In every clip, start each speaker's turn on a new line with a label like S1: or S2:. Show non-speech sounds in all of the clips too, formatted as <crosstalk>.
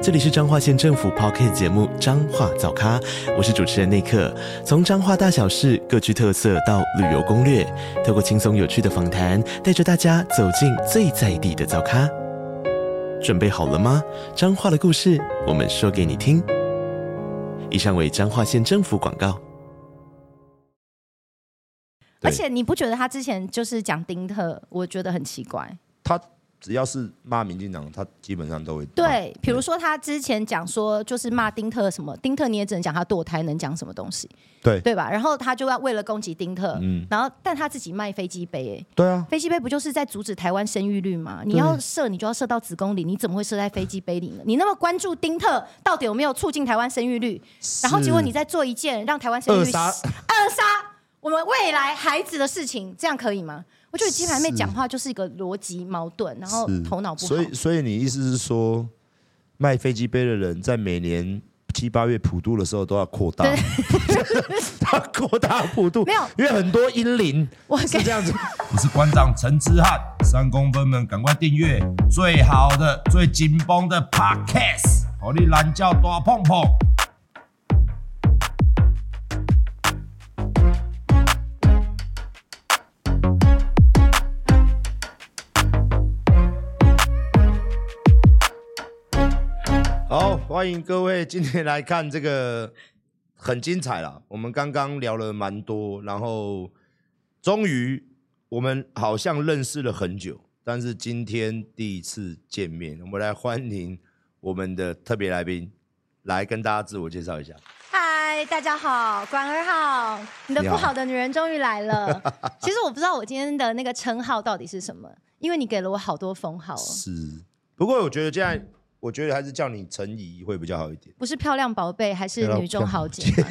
S1: 这里是彰化县政府 p o c k t 节目《彰化早咖》，我是主持人内克。从彰化大小事各具特色到旅游攻略，透过轻松有趣的访谈，带着大家走进最在地的早咖。准备好了吗？彰化的故事，我们说给你听。以上为彰化县政府广告。
S2: 而
S1: 对
S2: 且你不觉得他之前就是讲丁特，我觉得很奇怪。
S3: 他只要是骂民进党，他基本上都会骂
S2: 对，比如说他之前讲说，就是骂丁特什么，丁特你也只能讲他堕胎，能讲什么东西，
S3: 对
S2: 对吧？然后他就要为了攻击丁特，
S3: 嗯
S2: 然后但他自己卖飞机杯、哎，
S3: 对啊，
S2: 飞机杯不就是在阻止台湾生育率吗？你要射，你就要射到子宫里，你怎么会射在飞机杯里呢？你那么关注丁特到底有没有促进台湾生育率，然后结果你再做一件让台湾生育率
S3: 扼杀
S2: 扼杀我们未来孩子的事情，这样可以吗？我觉得鸡排妹讲话就是一个逻辑矛盾，然后
S3: 是
S2: 头脑不好
S3: 所。以所以你意思是说，卖飞机杯的人在每年七八月普渡的时候都要扩 <laughs> 大，他扩大普渡，
S2: 没有
S3: 因为很多英灵
S2: 我
S3: 是
S2: 跟
S3: 这样子。
S4: 我是馆长陈之汉，三公分们赶快订阅最好的、最紧绷的 Podcast，好你懒觉大碰碰。
S3: 好，欢迎各位今天来看这个 <laughs> 很精彩啦。我们刚刚聊了蛮多，然后终于我们好像认识了很久，但是今天第一次见面，我们来欢迎我们的特别来宾，来跟大家自我介绍一下。
S2: 嗨，大家好，管儿好，你的
S3: 你
S2: 不
S3: 好
S2: 好的女人终于来了。其实我不知道我今天的那个称号到底是什么，因为你给了我好多封号哦，
S3: 是，不过我觉得这样，我觉得还是叫你陈怡会比较好一点。
S2: 不是漂亮宝贝还是女中豪
S3: <laughs> 啊
S2: 杰吗？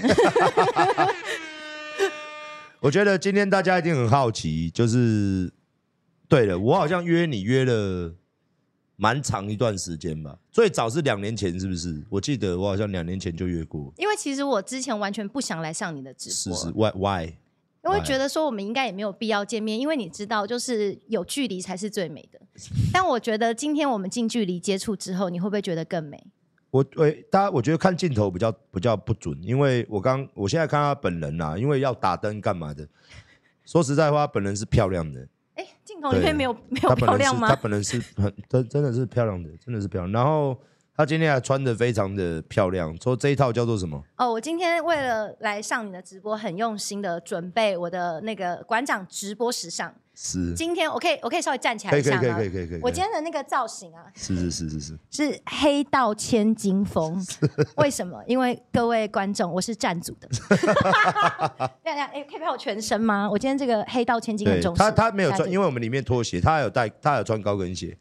S3: 我觉得今天大家一定很好奇，就是对了，我好像约你约了蛮长一段时间吧，最早是两年前，是不是？我记得我好像两年前就约过，
S2: 因为其实我之前完全不想来上你的直
S3: 是
S2: 播，
S3: 是，why why？
S2: 因为觉得说我们应该也没有必要见面，因为你知道，就是有距离才是最美的。但我觉得今天我们近距离接触之后，你会不会觉得更美？
S3: 我我大家我觉得看镜头比较比较不准，因为我刚我现在看他本人啦、因为要打灯干嘛的。说实在话，她本人是漂亮的，
S2: 哎，镜头里面
S3: 对
S2: 没有没有
S3: 她本
S2: 漂
S3: 人
S2: 亮
S3: 是她
S2: 吗？
S3: 本人是很 <laughs> 真真的是漂亮的，真的是漂亮。然后她今天还穿的非常的漂亮，说这一套叫做什么？
S2: 哦，我今天为了来上你的直播，很用心的准备我的那个馆长直播时尚。
S3: 是
S2: 今天我可以我可以稍微站起来
S3: 可
S2: 一
S3: 以可以
S2: 下
S3: 可以
S2: 吗
S3: 可以？可以可以。
S2: 哦我今天的那个造型啊，
S3: 是是是是是，
S2: 是黑到千金风， <laughs> 为什么？因为各位观众，我是站组的。 <laughs> 对对，哎，可以拍我全身吗？我今天这个黑到千金很
S3: 对
S2: 重视。
S3: 他他没有穿，因
S2: 为
S3: 为我们里面拖鞋，他还有带他还有穿高跟鞋。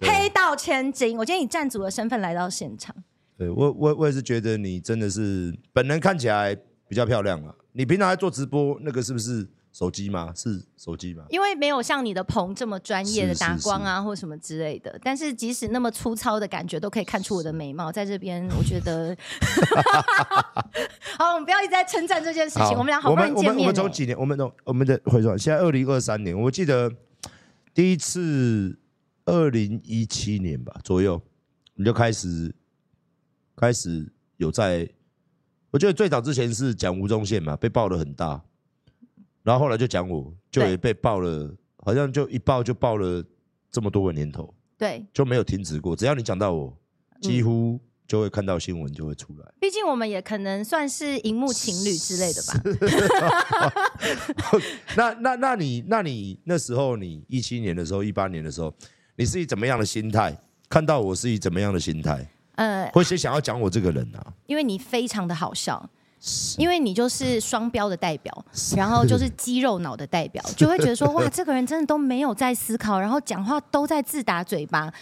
S2: 黑到千金，我今天以站组的身份来到现场。
S3: 对我我我也是觉得你真的是本人看起来比较漂亮啊。你平常在做直播，那个是不是手机吗？是手机吗？
S2: 因为没有像你的棚这么专业的打光啊，或什么之类的。但是即使那么粗糙的感觉，都可以看出我的美貌。在这边，我觉
S3: <laughs>
S2: 得，好，我们不要一直在称赞这件事情。我们俩好
S3: 我
S2: 不
S3: 们
S2: 容易
S3: 我
S2: 见
S3: 们我
S2: 面哦
S3: 们
S2: 呢、
S3: 从几年，我们从我们的回转，现在二零二三年，我记得呃第一次呃二零一七年吧左右，你就开始开始有在，我觉得最早之前是讲吴宗宪嘛，被爆的很大，然后后来就讲我，就
S2: 对
S3: 也被爆了，好像就一爆就爆了这么多个年头，
S2: 对，
S3: 就没有停止过，只要你讲到我，几
S2: 嗯
S3: 乎就会看到新闻就会出来。
S2: 毕竟我们也可能算是荧幕情侣之类的吧。
S3: <laughs> 那那那你那你那时候你一七年的时候，一八年的时候，你是以怎么样的心态看到我是以怎么样的心态，
S2: <laughs> 呃，
S3: 或是想要讲我这个人啊？
S2: 因为你非常的好笑，因为你就是双标的代表，然后就是肌肉脑的代表，就会觉得
S3: <laughs>
S2: 说哇，这个人真的都没有在思考，然后讲话都在自打嘴巴。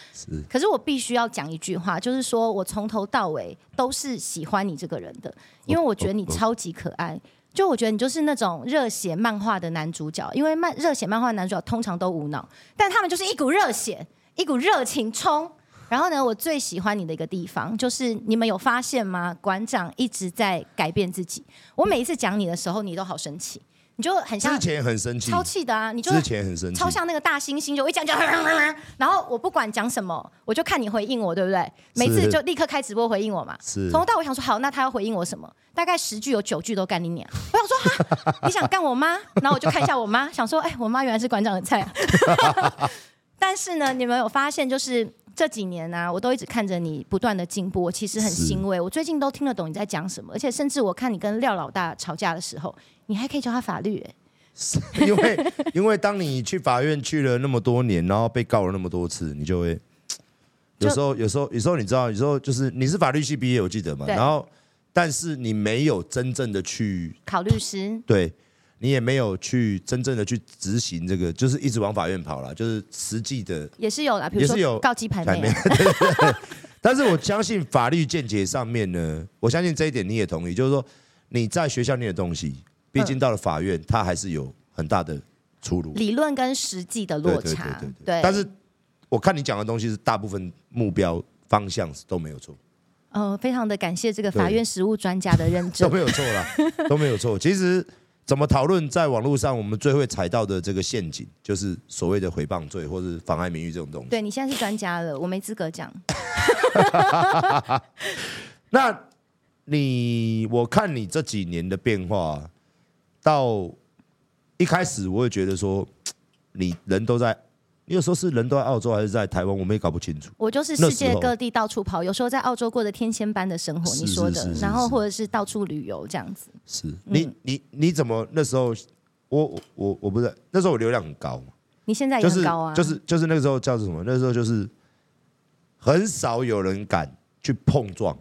S2: 可是我必须要讲一句话，就是
S3: 哦
S2: 说我从头到尾都是喜欢你这个人的，因为我觉得你超级可爱。就我觉得你就是那种热血漫画的男主角，因为漫热血漫画的男主角通常都无脑，但他们就是一股热血，一股热情冲。然后呢，我最喜欢你的一个地方就是你们有发现吗？馆长一直在改变自己。我每一次讲你的时候，你都好生气，你就很像
S3: 之前很生气，
S2: 超气的啊！你就
S3: 之前很生气，
S2: 超像那个大猩猩，就我一讲就， <laughs> 然后我不管讲什么，我就看你回应我，对不对？每次就立刻开直播回应我嘛。
S3: 是
S2: 从头到尾想说好，那他要回应我什么？大概十句有九句都干你娘！我想说哈， <laughs> 你想干我妈？然后我就看一下我妈，想说哎，我妈原来是馆长的菜、啊。 <laughs> 但是呢，你们有发现就是这几年呢、啊，我都一直看着你不断的进步，我其实很欣慰。我最近都听得懂你在讲什么，而且甚至我看你跟廖老大吵架的时候，你还可以教他法律、欸。
S3: 因为因为当你去法院去了那么多年，然后被告了那么多次，你就会有时候有时候有时候你知道，有时候就是你是法律系毕业，我记得嘛，
S2: 对
S3: 然后但是你没有真正的去
S2: 考律师，
S3: 对。你也没有去真正的去执行这个，就是一直往法院跑了，就是实际的
S2: 也是有啦，比如
S3: 也是有
S2: 说告鸡排
S3: 还
S2: 妹
S3: 没
S2: 啊、。
S3: <laughs> 但是我相信法律见解上面呢，我相信这一点你也同意，就是说你在学校念的东西，毕竟到了法院，它还是有很大的出入。
S2: 理论跟实际的
S3: 对
S2: 落
S3: 对对
S2: 差
S3: 对，对。但是我看你讲的东西是大部分目标方向是都没有错，
S2: 呃，非常的感谢这个
S3: 对
S2: 法院实务专家的认
S3: <laughs> 都
S2: 证。
S3: 没有错啦，都没有错。其实怎么讨论，在网络上我们最会踩到的这个陷阱，就是所谓的诽谤罪或是妨碍名誉这种东西。
S2: 对你现在是专家了，我没资格讲。
S3: 那你我看你这几年的变化，到一开始我会觉得说，你人都在，你有时候是人都在澳洲还是在台湾，我们也搞不清楚。
S2: 我就是世界各地到处跑，有时候在澳洲过着天仙般的生活，
S3: 是
S2: 你说
S3: 是是
S2: 的，
S3: 是
S2: 然后
S3: 是
S2: 或者是到处旅游这样子。
S3: 是你你你怎么那时候，我我我我不是那时候我流量很高嘛，
S2: 你现在也
S3: 就
S2: 很
S3: 是
S2: 高啊，
S3: 就是就是那个时候叫做什么？那时候就是很少有人敢去碰撞，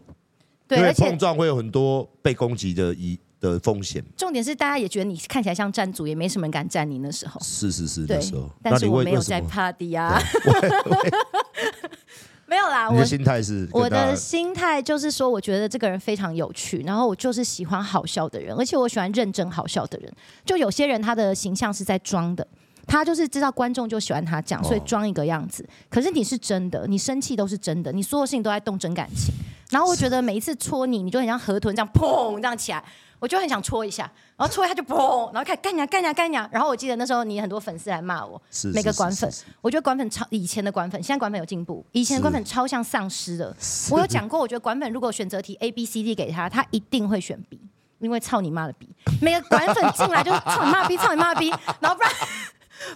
S2: 对，
S3: 因为
S2: 而
S3: 碰
S2: 且
S3: 撞会有很多被攻击的一的风险。
S2: 重点是大家也觉得你看起来像站主，也没什么人敢站你那时候。
S3: 是是是，
S2: 对
S3: 那时候，，
S2: 但是
S3: 那你
S2: 我
S3: 为
S2: 没有
S3: 为什
S2: 在
S3: 么
S2: 怕的啊， <laughs> 没有啦，啊
S3: 你
S2: 我
S3: 的心态是
S2: 我
S3: 跟大
S2: 的
S3: 家
S2: 心态就是说，我觉得这个人非常有趣，然后我就是喜欢好笑的人，而且我喜欢认真好笑的人。就有些人他的形象是在装的，他就是知道观众就喜欢他这样，
S3: 哦
S2: 所以装一个样子。可是你是真的，你生气都是真的，你所有事情都在动真感情。然后我觉得每一次戳你，你就很像河豚这样砰这样起来，我就很想戳一下，然后戳一下就砰，然后开始干呀干呀干呀。然后我记得那时候你很多粉丝来骂我，
S3: 是
S2: 每个
S3: 是是
S2: 管粉
S3: 是是，
S2: 我觉得管粉超以前的管粉，现在管粉有进步，以前的管粉超像丧尸的。我有讲过，我觉得管粉如果选择题 A B C D 给他，他一定会选 B，因为操你妈的 B。每个管粉进来就是操你妈的 B，操你妈的 B，然后不然。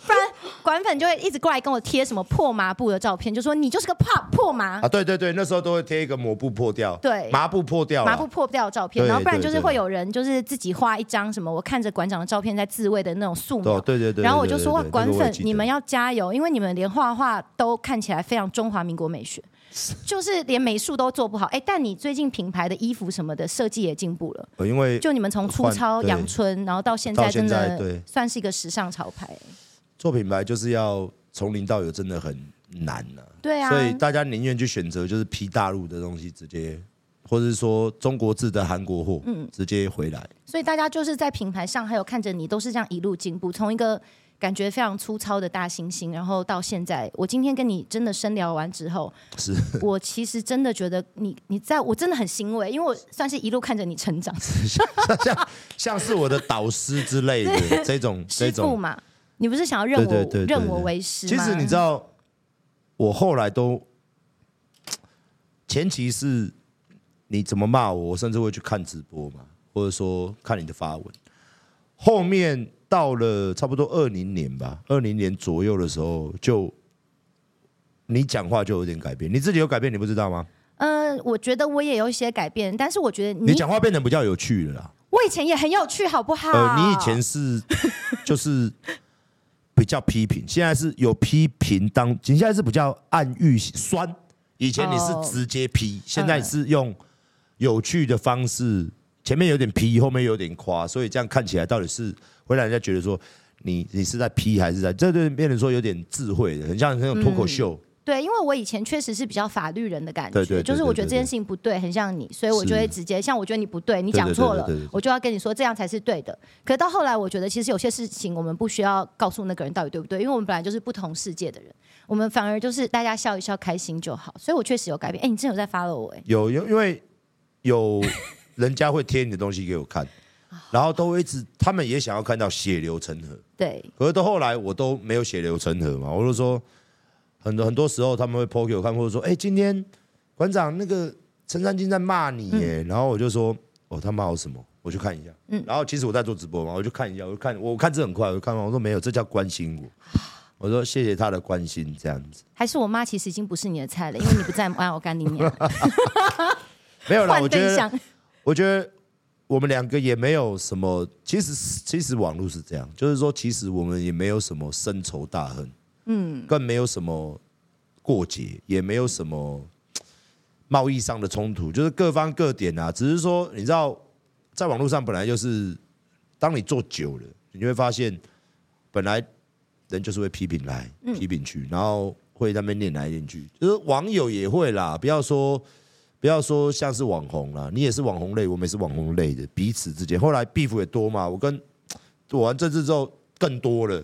S2: 不然，管粉就会一直过来跟我贴什么破麻布的照片，就说你就是个怕破麻，
S3: 啊，对对对，那时候都会贴一个抹布破掉，
S2: 对
S3: 麻布破掉了，
S2: 麻布破掉的照片，
S3: 对
S2: 然后不然就是
S3: 啊对对
S2: 会有人就是自己画一张什么，我看着馆长的照片在自慰的那种素描，
S3: 对对对对
S2: 然后我就说哇，
S3: 对对对
S2: 馆
S3: 这个我
S2: 粉
S3: 也记得
S2: 你们要加油，因为你们连画画都看起来非常中华民国美学，就是连美术都做不好。哎，但你最近品牌的衣服什么的设计也进步了，
S3: 呃因为
S2: 就你们从粗
S3: 换
S2: 糙
S3: 对
S2: 阳春，然后到现在
S3: 到现
S2: 真
S3: 在
S2: 的
S3: 对
S2: 算是一个时尚潮牌。
S3: 做品牌就是要从零到有，真的很难呢、
S2: 对啊，
S3: 所以大家宁愿去选择就是批大陆的东西直接，或者是说中国制的韩国货，
S2: 嗯
S3: 直接回来。
S2: 所以大家就是在品牌上，还有看着你，都是这样一路进步，从一个感觉非常粗糙的大猩猩，然后到现在，我今天跟你真的深聊完之后，
S3: <laughs> 是
S2: 我其实真的觉得你，你在我真的很欣慰，因为我算是一路看着你成长，
S3: 像像是我的导师之类的这种这
S2: 师傅
S3: 种，
S2: 嘛，你不是想要认
S3: 对
S2: 我
S3: 对对，对
S2: 认我
S3: 对
S2: 为师
S3: 其
S2: 吗？
S3: 实你知道，我后来都前期是你怎么骂我，我甚至会去看直播嘛，或者说看你的发文。后面到了差不多二零年吧，二零年左右的时候，就你讲话就有点改变，你自己有改变，你不知道吗？
S2: 呃，我觉得我也有一些改变，但是我觉得你，
S3: 你讲话变得比较有趣了啦。
S2: 我以前也很有趣，好不好？
S3: 呃，你以前 <laughs> 是就是比较批评，现在是有批评当，你现在是比较暗喻酸。以前你是
S2: 哦
S3: 直接批，现在是用有趣的方式，前面有点批，后面有点夸，所以这样看起来到底是会让人家觉得说你你是在批还是在？这对变成说有点智慧的，很像那种脱口秀
S2: 对，因为我以前确实是比较法律人的感觉，
S3: 对对对
S2: 就是我觉得
S3: 对对
S2: 这件事情不对，很像你，所以我就会直接像我觉得你不对，你
S3: 对对
S2: 讲错了
S3: 对对对对对，
S2: 我就要跟你说这样才是对的。可到后来，我觉得其实有些事情我们不需要告诉那个人到底对不对，因为我们本来就是不同世界的人，我们反而就是大家笑一笑，开心就好。所以我确实有改变。哎，你真的有在 follow 我哎？
S3: 有有，因为有人家会贴你的东西给我 <laughs> 看，然后都会一直，他们也想要看到血流成河。
S2: 对，
S3: 可是到后来我都没有血流成河嘛，我就说很多很多时候他们会 PO 给我看，或者说哎、今天馆长那个陈三金在骂你耶，然后我就说哦他骂我什么？我去看一下，然后其实我在做直播嘛，我就看一下，我就看，我看这很快，我就看完，我说没有，这叫关心我，我说谢谢他的关心，这样子
S2: 还是我妈其实已经不是你的菜了，因为你不在， <laughs> 妈我干你娘，
S3: 没有啦，
S2: 换
S3: 我觉
S2: 对
S3: 得
S2: 象。 <laughs>
S3: 我觉得我们两个也没有什么，其实其实网络是这样，就是说其实我们也没有什么深仇大恨，嗯，更没有什么过节，也没有什么嘖贸易上的冲突，就是各方各点啊，只是说你知道，在网络上本来就是，当你做久了，你就会发现，本来人就是会批评来批评去，然后会在那边念来念去，就是网友也会啦，不要说。不要说像是网红啦，你也是网红类，我们也是网红类的，彼此之间后来 beef 也多嘛。我跟我玩政治之后更多了，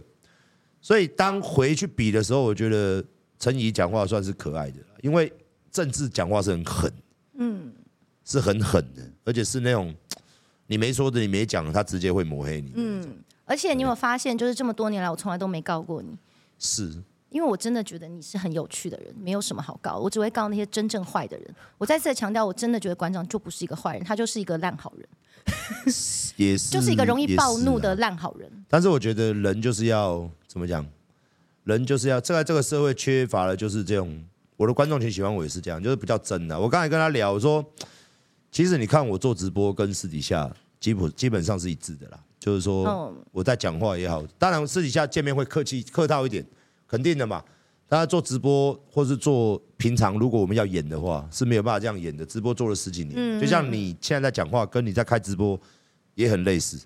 S3: 所以当回去比的时候，我觉得陈怡讲话算是可爱的啦，因为政治讲话是很狠，嗯，是很狠的，而且是那种你没说的，你没讲的，他直接会抹黑你。嗯，
S2: 而且你有没有发现，就是这么多年来，我从来都没告过你。
S3: 是
S2: 因为我真的觉得你是很有趣的人，没有什么好告，我只会告那些真正坏的人。我再次地强调，我真的觉得馆长就不是一个坏人，他就是一个烂好人，
S3: 也是
S2: 就是一个容易暴怒
S3: 也是啊
S2: 的烂好人。
S3: 但是我觉得人就是要怎么讲，人就是要这个这个社会缺乏的就是这种。我的观众群喜欢我也是这样，就是比较真的、我刚才跟他聊，我说，其实你看我做直播跟私底下基本基本上是一致的啦，就是说
S2: 嗯
S3: 我在讲话也好，当然私底下见面会客气客套一点，肯定的嘛。大家做直播或是做平常，如果我们要演的话，是没有办法这样演的。直播做了十几年，就像你现在在讲话，跟你在开直播也很类似。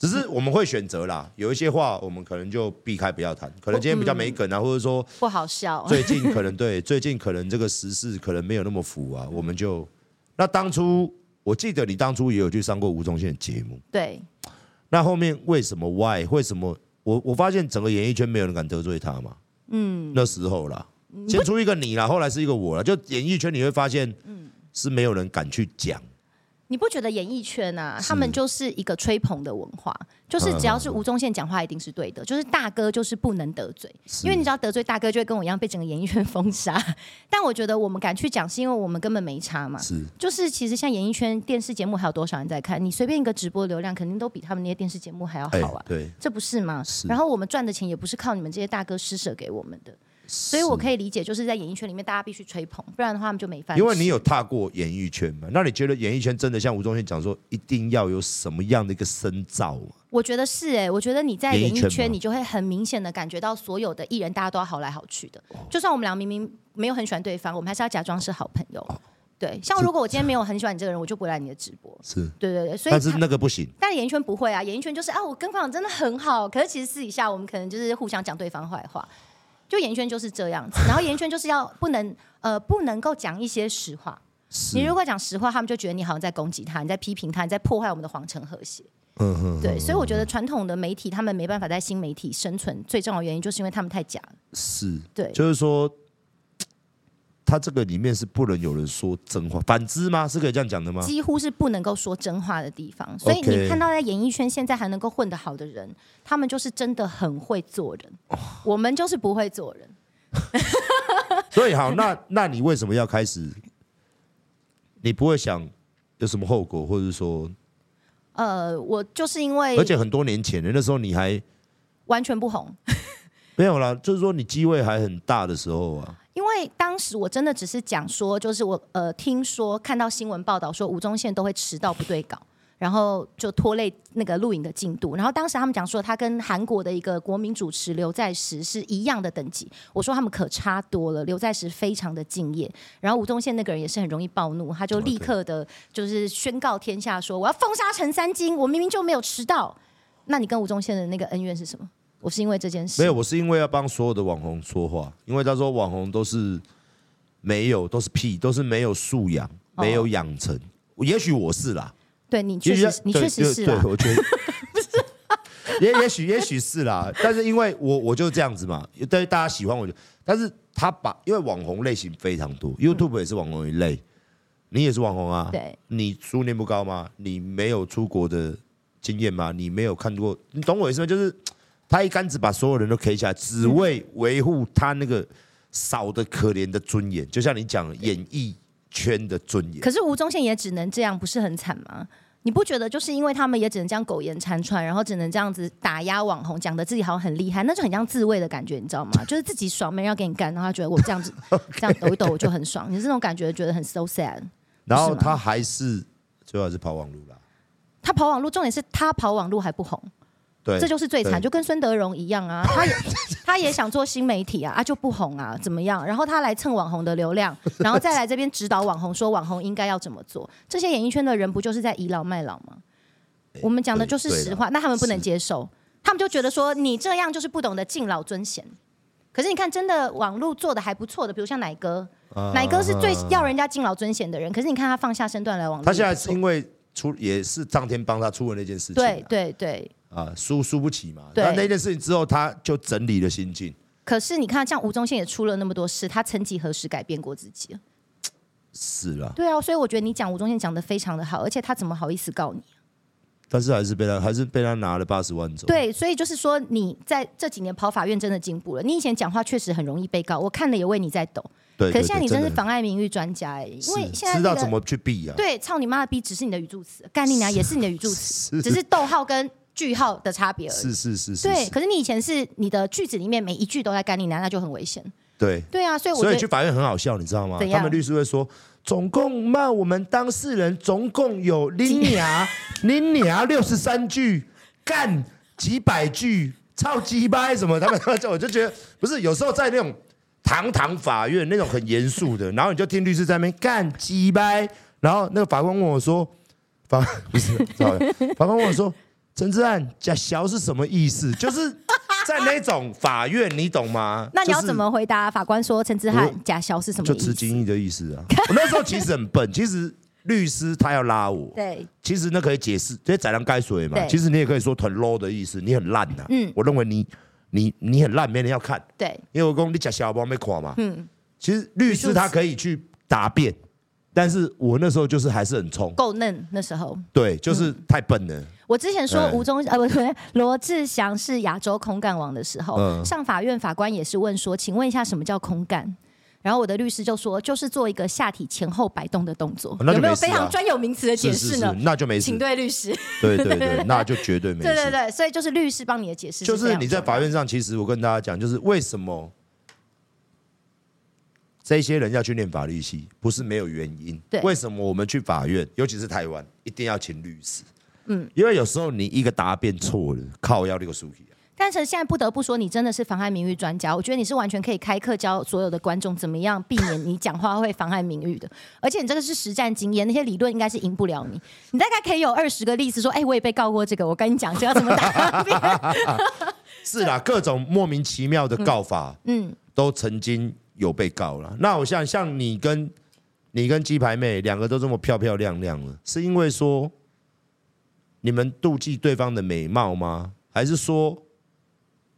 S3: 只是我们会选择啦，有一些话我们可能就避开不要谈，可能今天比较没梗啊，或者说
S2: 不好笑，
S3: 最近可能 <laughs> 对最近可能这个时事可能没有那么符啊，我们就那当初我记得你当初也有去上过吴宗宪的节目，
S2: 对，
S3: 那后面为什么 why 为什么我我发现整个演艺圈没有人敢得罪他嘛，嗯，那时候啦，
S2: 嗯
S3: 先出一个你啦，后来是一个我啦，就演艺圈你会发现，
S2: 嗯
S3: 是没有人敢去讲，
S2: 你不觉得演艺圈啊，他们就是一个吹捧的文化，就是只
S3: 嗯
S2: 要是吴宗宪讲话一定是对的，就是大哥就是不能得罪，因为你只要得罪大哥，就会跟我一样被整个演艺圈 <laughs> 封杀。但我觉得我们敢去讲，是因为我们根本没差嘛。
S3: 是
S2: 就是其实像演艺圈电视节目还有多少人在看？你随便一个直播流量，肯定都比他们那些电视节目还要
S3: 哎、
S2: 好啊。
S3: 对，
S2: 这不是吗？
S3: 是
S2: 然后我们赚的钱也不是靠你们这些大哥施舍给我们的，所以我可以理解，就是在演艺圈里面大家必须吹捧，不然的话他们就没饭吃。
S3: 因为你有踏过演艺圈嘛，那你觉得演艺圈真的像吴宗宪讲说，一定要有什么样的一个深造嘛？
S2: 我觉得是哎、我觉得你在
S3: 演艺
S2: 演艺
S3: 圈
S2: 圈，
S3: 吗
S2: 你就会很明显的感觉到所有的艺人大家都要好来好去的。
S3: 哦
S2: 就算我们俩明明没有很喜欢对方，我们还是要假装是好朋友。
S3: 哦
S2: 对，像如果我今天没有很喜欢你这个人，我就不会来你的直播。
S3: 是，
S2: 对对对，所以
S3: 但是
S2: 他
S3: 那个不行，
S2: 但演艺圈不会啊，演艺圈就是啊，我跟方长真的很好，可是其实私底下我们可能就是互相讲对方坏话，就演艺圈就是这样子。然后演艺圈就是要不能呃不能够讲一些实话，你如果讲实话，他们就觉得你好像在攻击他，你在批评他，你在破坏我们的皇城和谐。
S3: 嗯哼，
S2: 对，所以我觉得传统的媒体他们没办法在新媒体生存，最重要的原因就是因为他们太假了。
S3: 是，
S2: 对
S3: 就是说，他这个里面是不能有人说真话，反之吗？是可以这样讲的吗？
S2: 几乎是不能够说真话的地方。所以你
S3: 啊 OK
S2: 看到在演艺圈现在还能够混得好的人，他们就是真的很会做人，我们就是不会做人。
S3: 所以好，那那你为什么要开始？你不会想有什么后果，或者说，
S2: 呃，我就是因为
S3: 而且很多年前的那时候你还
S2: 完全不红，
S3: 没有啦，就是说你机会还很大的时候啊，
S2: 因为当时我真的只是讲说，就是我呃听说看到新闻报道说吴宗宪都会迟到不对稿。然后就拖累那个录影的进度。然后当时他们讲说，他跟韩国的一个国民主持刘在石是一样的等级。我说他们可差多了，刘在石非常的敬业。然后吴宗宪那个人也是很容易暴怒，他就立刻的就是宣告天下说，我要封杀陈三金，我明明就没有迟到。那你跟吴宗宪的那个恩怨是什么？我是因为这件事
S3: 没有，我是因为要帮所有的网红说话，因为他说网红都是没有，都是屁，都是没有素养，
S2: 哦
S3: 没有养成。也许我是啦，
S2: 对你
S3: 也
S2: 确
S3: 许
S2: 实，你
S3: 对
S2: 确实
S3: 对
S2: 是
S3: 对
S2: 啦，
S3: 我觉
S2: <laughs>
S3: 得 <laughs> 也也许也许是啦，但是因为我我就这样子嘛，但是大家喜欢我就，但是他把因为网红类型非常多，YouTube 也是网红一类，你也是网红啊，
S2: 对，
S3: 你书念不高吗？你没有出国的经验吗？你没有看过，你懂我意思吗？就是他一竿子把所有人都 K 起来，只
S2: 嗯
S3: 为维护他那个少的可怜的尊严，就像你讲的演艺圈的尊严。
S2: 可是吴宗宪也只能这样，不是很惨吗？你不觉得就是因为他们也只能这样苟延残喘，然后只能这样子打压网红，讲的自己好像很厉害，那就很像自慰的感觉，你知道吗？就是自己爽，没人要给你干，然后他觉得我这样子这样抖一抖我就很爽，你这种感觉觉得很 so sad。
S3: 然后
S2: 是吗
S3: 他还是最后还是跑网路啦，
S2: 他跑网路，重点是他跑网路还不红，
S3: 对，
S2: 这就是最惨，
S3: 对
S2: 就跟孙德荣一样啊，他也他也想做新媒体啊，啊就不红啊，怎么样？然后他来蹭网红的流量，然后再来这边指导网红，说网红应该要怎么做。这些演艺圈的人不就是在倚老卖老吗？我们讲的就是
S3: 对对
S2: 实话，那他们不能接受，他们就觉得说你这样就是不懂得敬老尊贤。可是你看，真的网络做的还不错的，比如像奶哥，
S3: 啊
S2: 奶哥是最要人家敬老尊贤的人。可是你看他放下身段来网络，
S3: 他现在是因为出也是上天帮他出了那件事情、
S2: 对对对，
S3: 啊，输输不起嘛。
S2: 对
S3: 那那件事情之后，他就整理了心境。
S2: 可是你看，像吴宗宪也出了那么多事，他曾几何时改变过自己？
S3: 是啦，
S2: 对啊，所以我觉得你讲吴宗宪讲的非常的好，而且他怎么好意思告你？
S3: 但是还是被他还是被他拿了八十万走。，
S2: 对，所以就是说你在这几年跑法院真的进步了。你以前讲话确实很容易被告，我看了也为你在抖。
S3: 对
S2: 可是现在你真
S3: 真
S2: 是
S3: 的
S2: 妨碍名誉专家哎、因为
S3: 是
S2: 现在、那个、
S3: 知道怎么去避啊。
S2: 对“操你妈的逼”只是你的语助词，“干你娘”也是你的语助
S3: <laughs>
S2: 词，只是逗号跟句号的差别而已。
S3: 是是是是，
S2: 对，
S3: 是
S2: 可是你以前是你的句子里面每一句都在“干你娘”，那就很危险。
S3: 对。
S2: 对啊，所以我觉
S3: 所
S2: 得
S3: 以去法院很好笑，你知道吗
S2: 怎？样
S3: 他们律师会说，总共骂我们当事人总共有
S2: <laughs>
S3: 林
S2: 啊
S3: 娘林娘六十三句，干几百句，操鸡掰什么？他们我就觉得不是，有时候在那种堂堂法院那种很严肃的，然后你就听律师在那边干鸡掰，然后那个法官问我说，法不是法官法官问我说，陈志案假小是什么意思？就是。在那种法院，你懂吗？
S2: 那你要
S3: 就是
S2: 怎么回答法官说陈之
S3: 我
S2: 汉假消是什么
S3: 就
S2: 意
S3: 吃
S2: 思？
S3: 精益的意
S2: <laughs>
S3: 思啊。我那时候其实很笨，其实律师他要拉我，
S2: 对，
S3: 其实那可以解释，这宰狼盖水嘛。
S2: 对
S3: 其实你也可以说很 low 的意思，你很烂呐、
S2: 嗯
S3: 我认为你你你很烂，没人要看，
S2: 对，
S3: 因为我讲你假小包没垮嘛。嗯，其实律师他可以去答辩，但是我那时候就是还是很冲，
S2: 够嫩那时候。
S3: 对，
S2: 嗯
S3: 就是太笨了。
S2: 我之前说
S3: 哎
S2: 吴宗 <laughs> 呃不对，罗志祥是亚洲空干王的时候，
S3: 嗯
S2: 上法院法官也是问说，请问一下什么叫空干？然后我的律师就说，就是做一个下体前后摆动的动作，
S3: 哦那就
S2: 有没有
S3: 没事
S2: 非
S3: 啊
S2: 常专有名词的解
S3: 是是
S2: 释
S3: 是
S2: 呢？，
S3: 那就没事
S2: 请。对律师，
S3: 对对对，那就绝对没事。
S2: <laughs> 对对对，所以就是律师帮你的解释，
S3: 就是你在法，院上，其实我跟大家讲，就是为什么这些人要去念法律系，不是没有原因
S2: 对。
S3: 为什么我们去法院，尤其是台湾，一定要请律师？嗯，因为有时候你一个答辩错了，靠要六个书题啊。
S2: 但是现在不得不说，你真的是妨害名誉专家。我觉得你是完全可以开课教所有的观众怎么样避免你讲话会妨害名誉的，而且你这个是实战经验，那些理论应该是赢不了你。你大概可以有二十个例子说，哎、我也被告过这个，我跟你讲，这要怎么打 <laughs>
S3: 是啦，各种莫名其妙的告法，嗯，都曾经有被告了。那我想，像你跟你跟鸡排妹两个都这么漂漂亮亮了，是因为说你们妒忌对方的美貌吗？还是说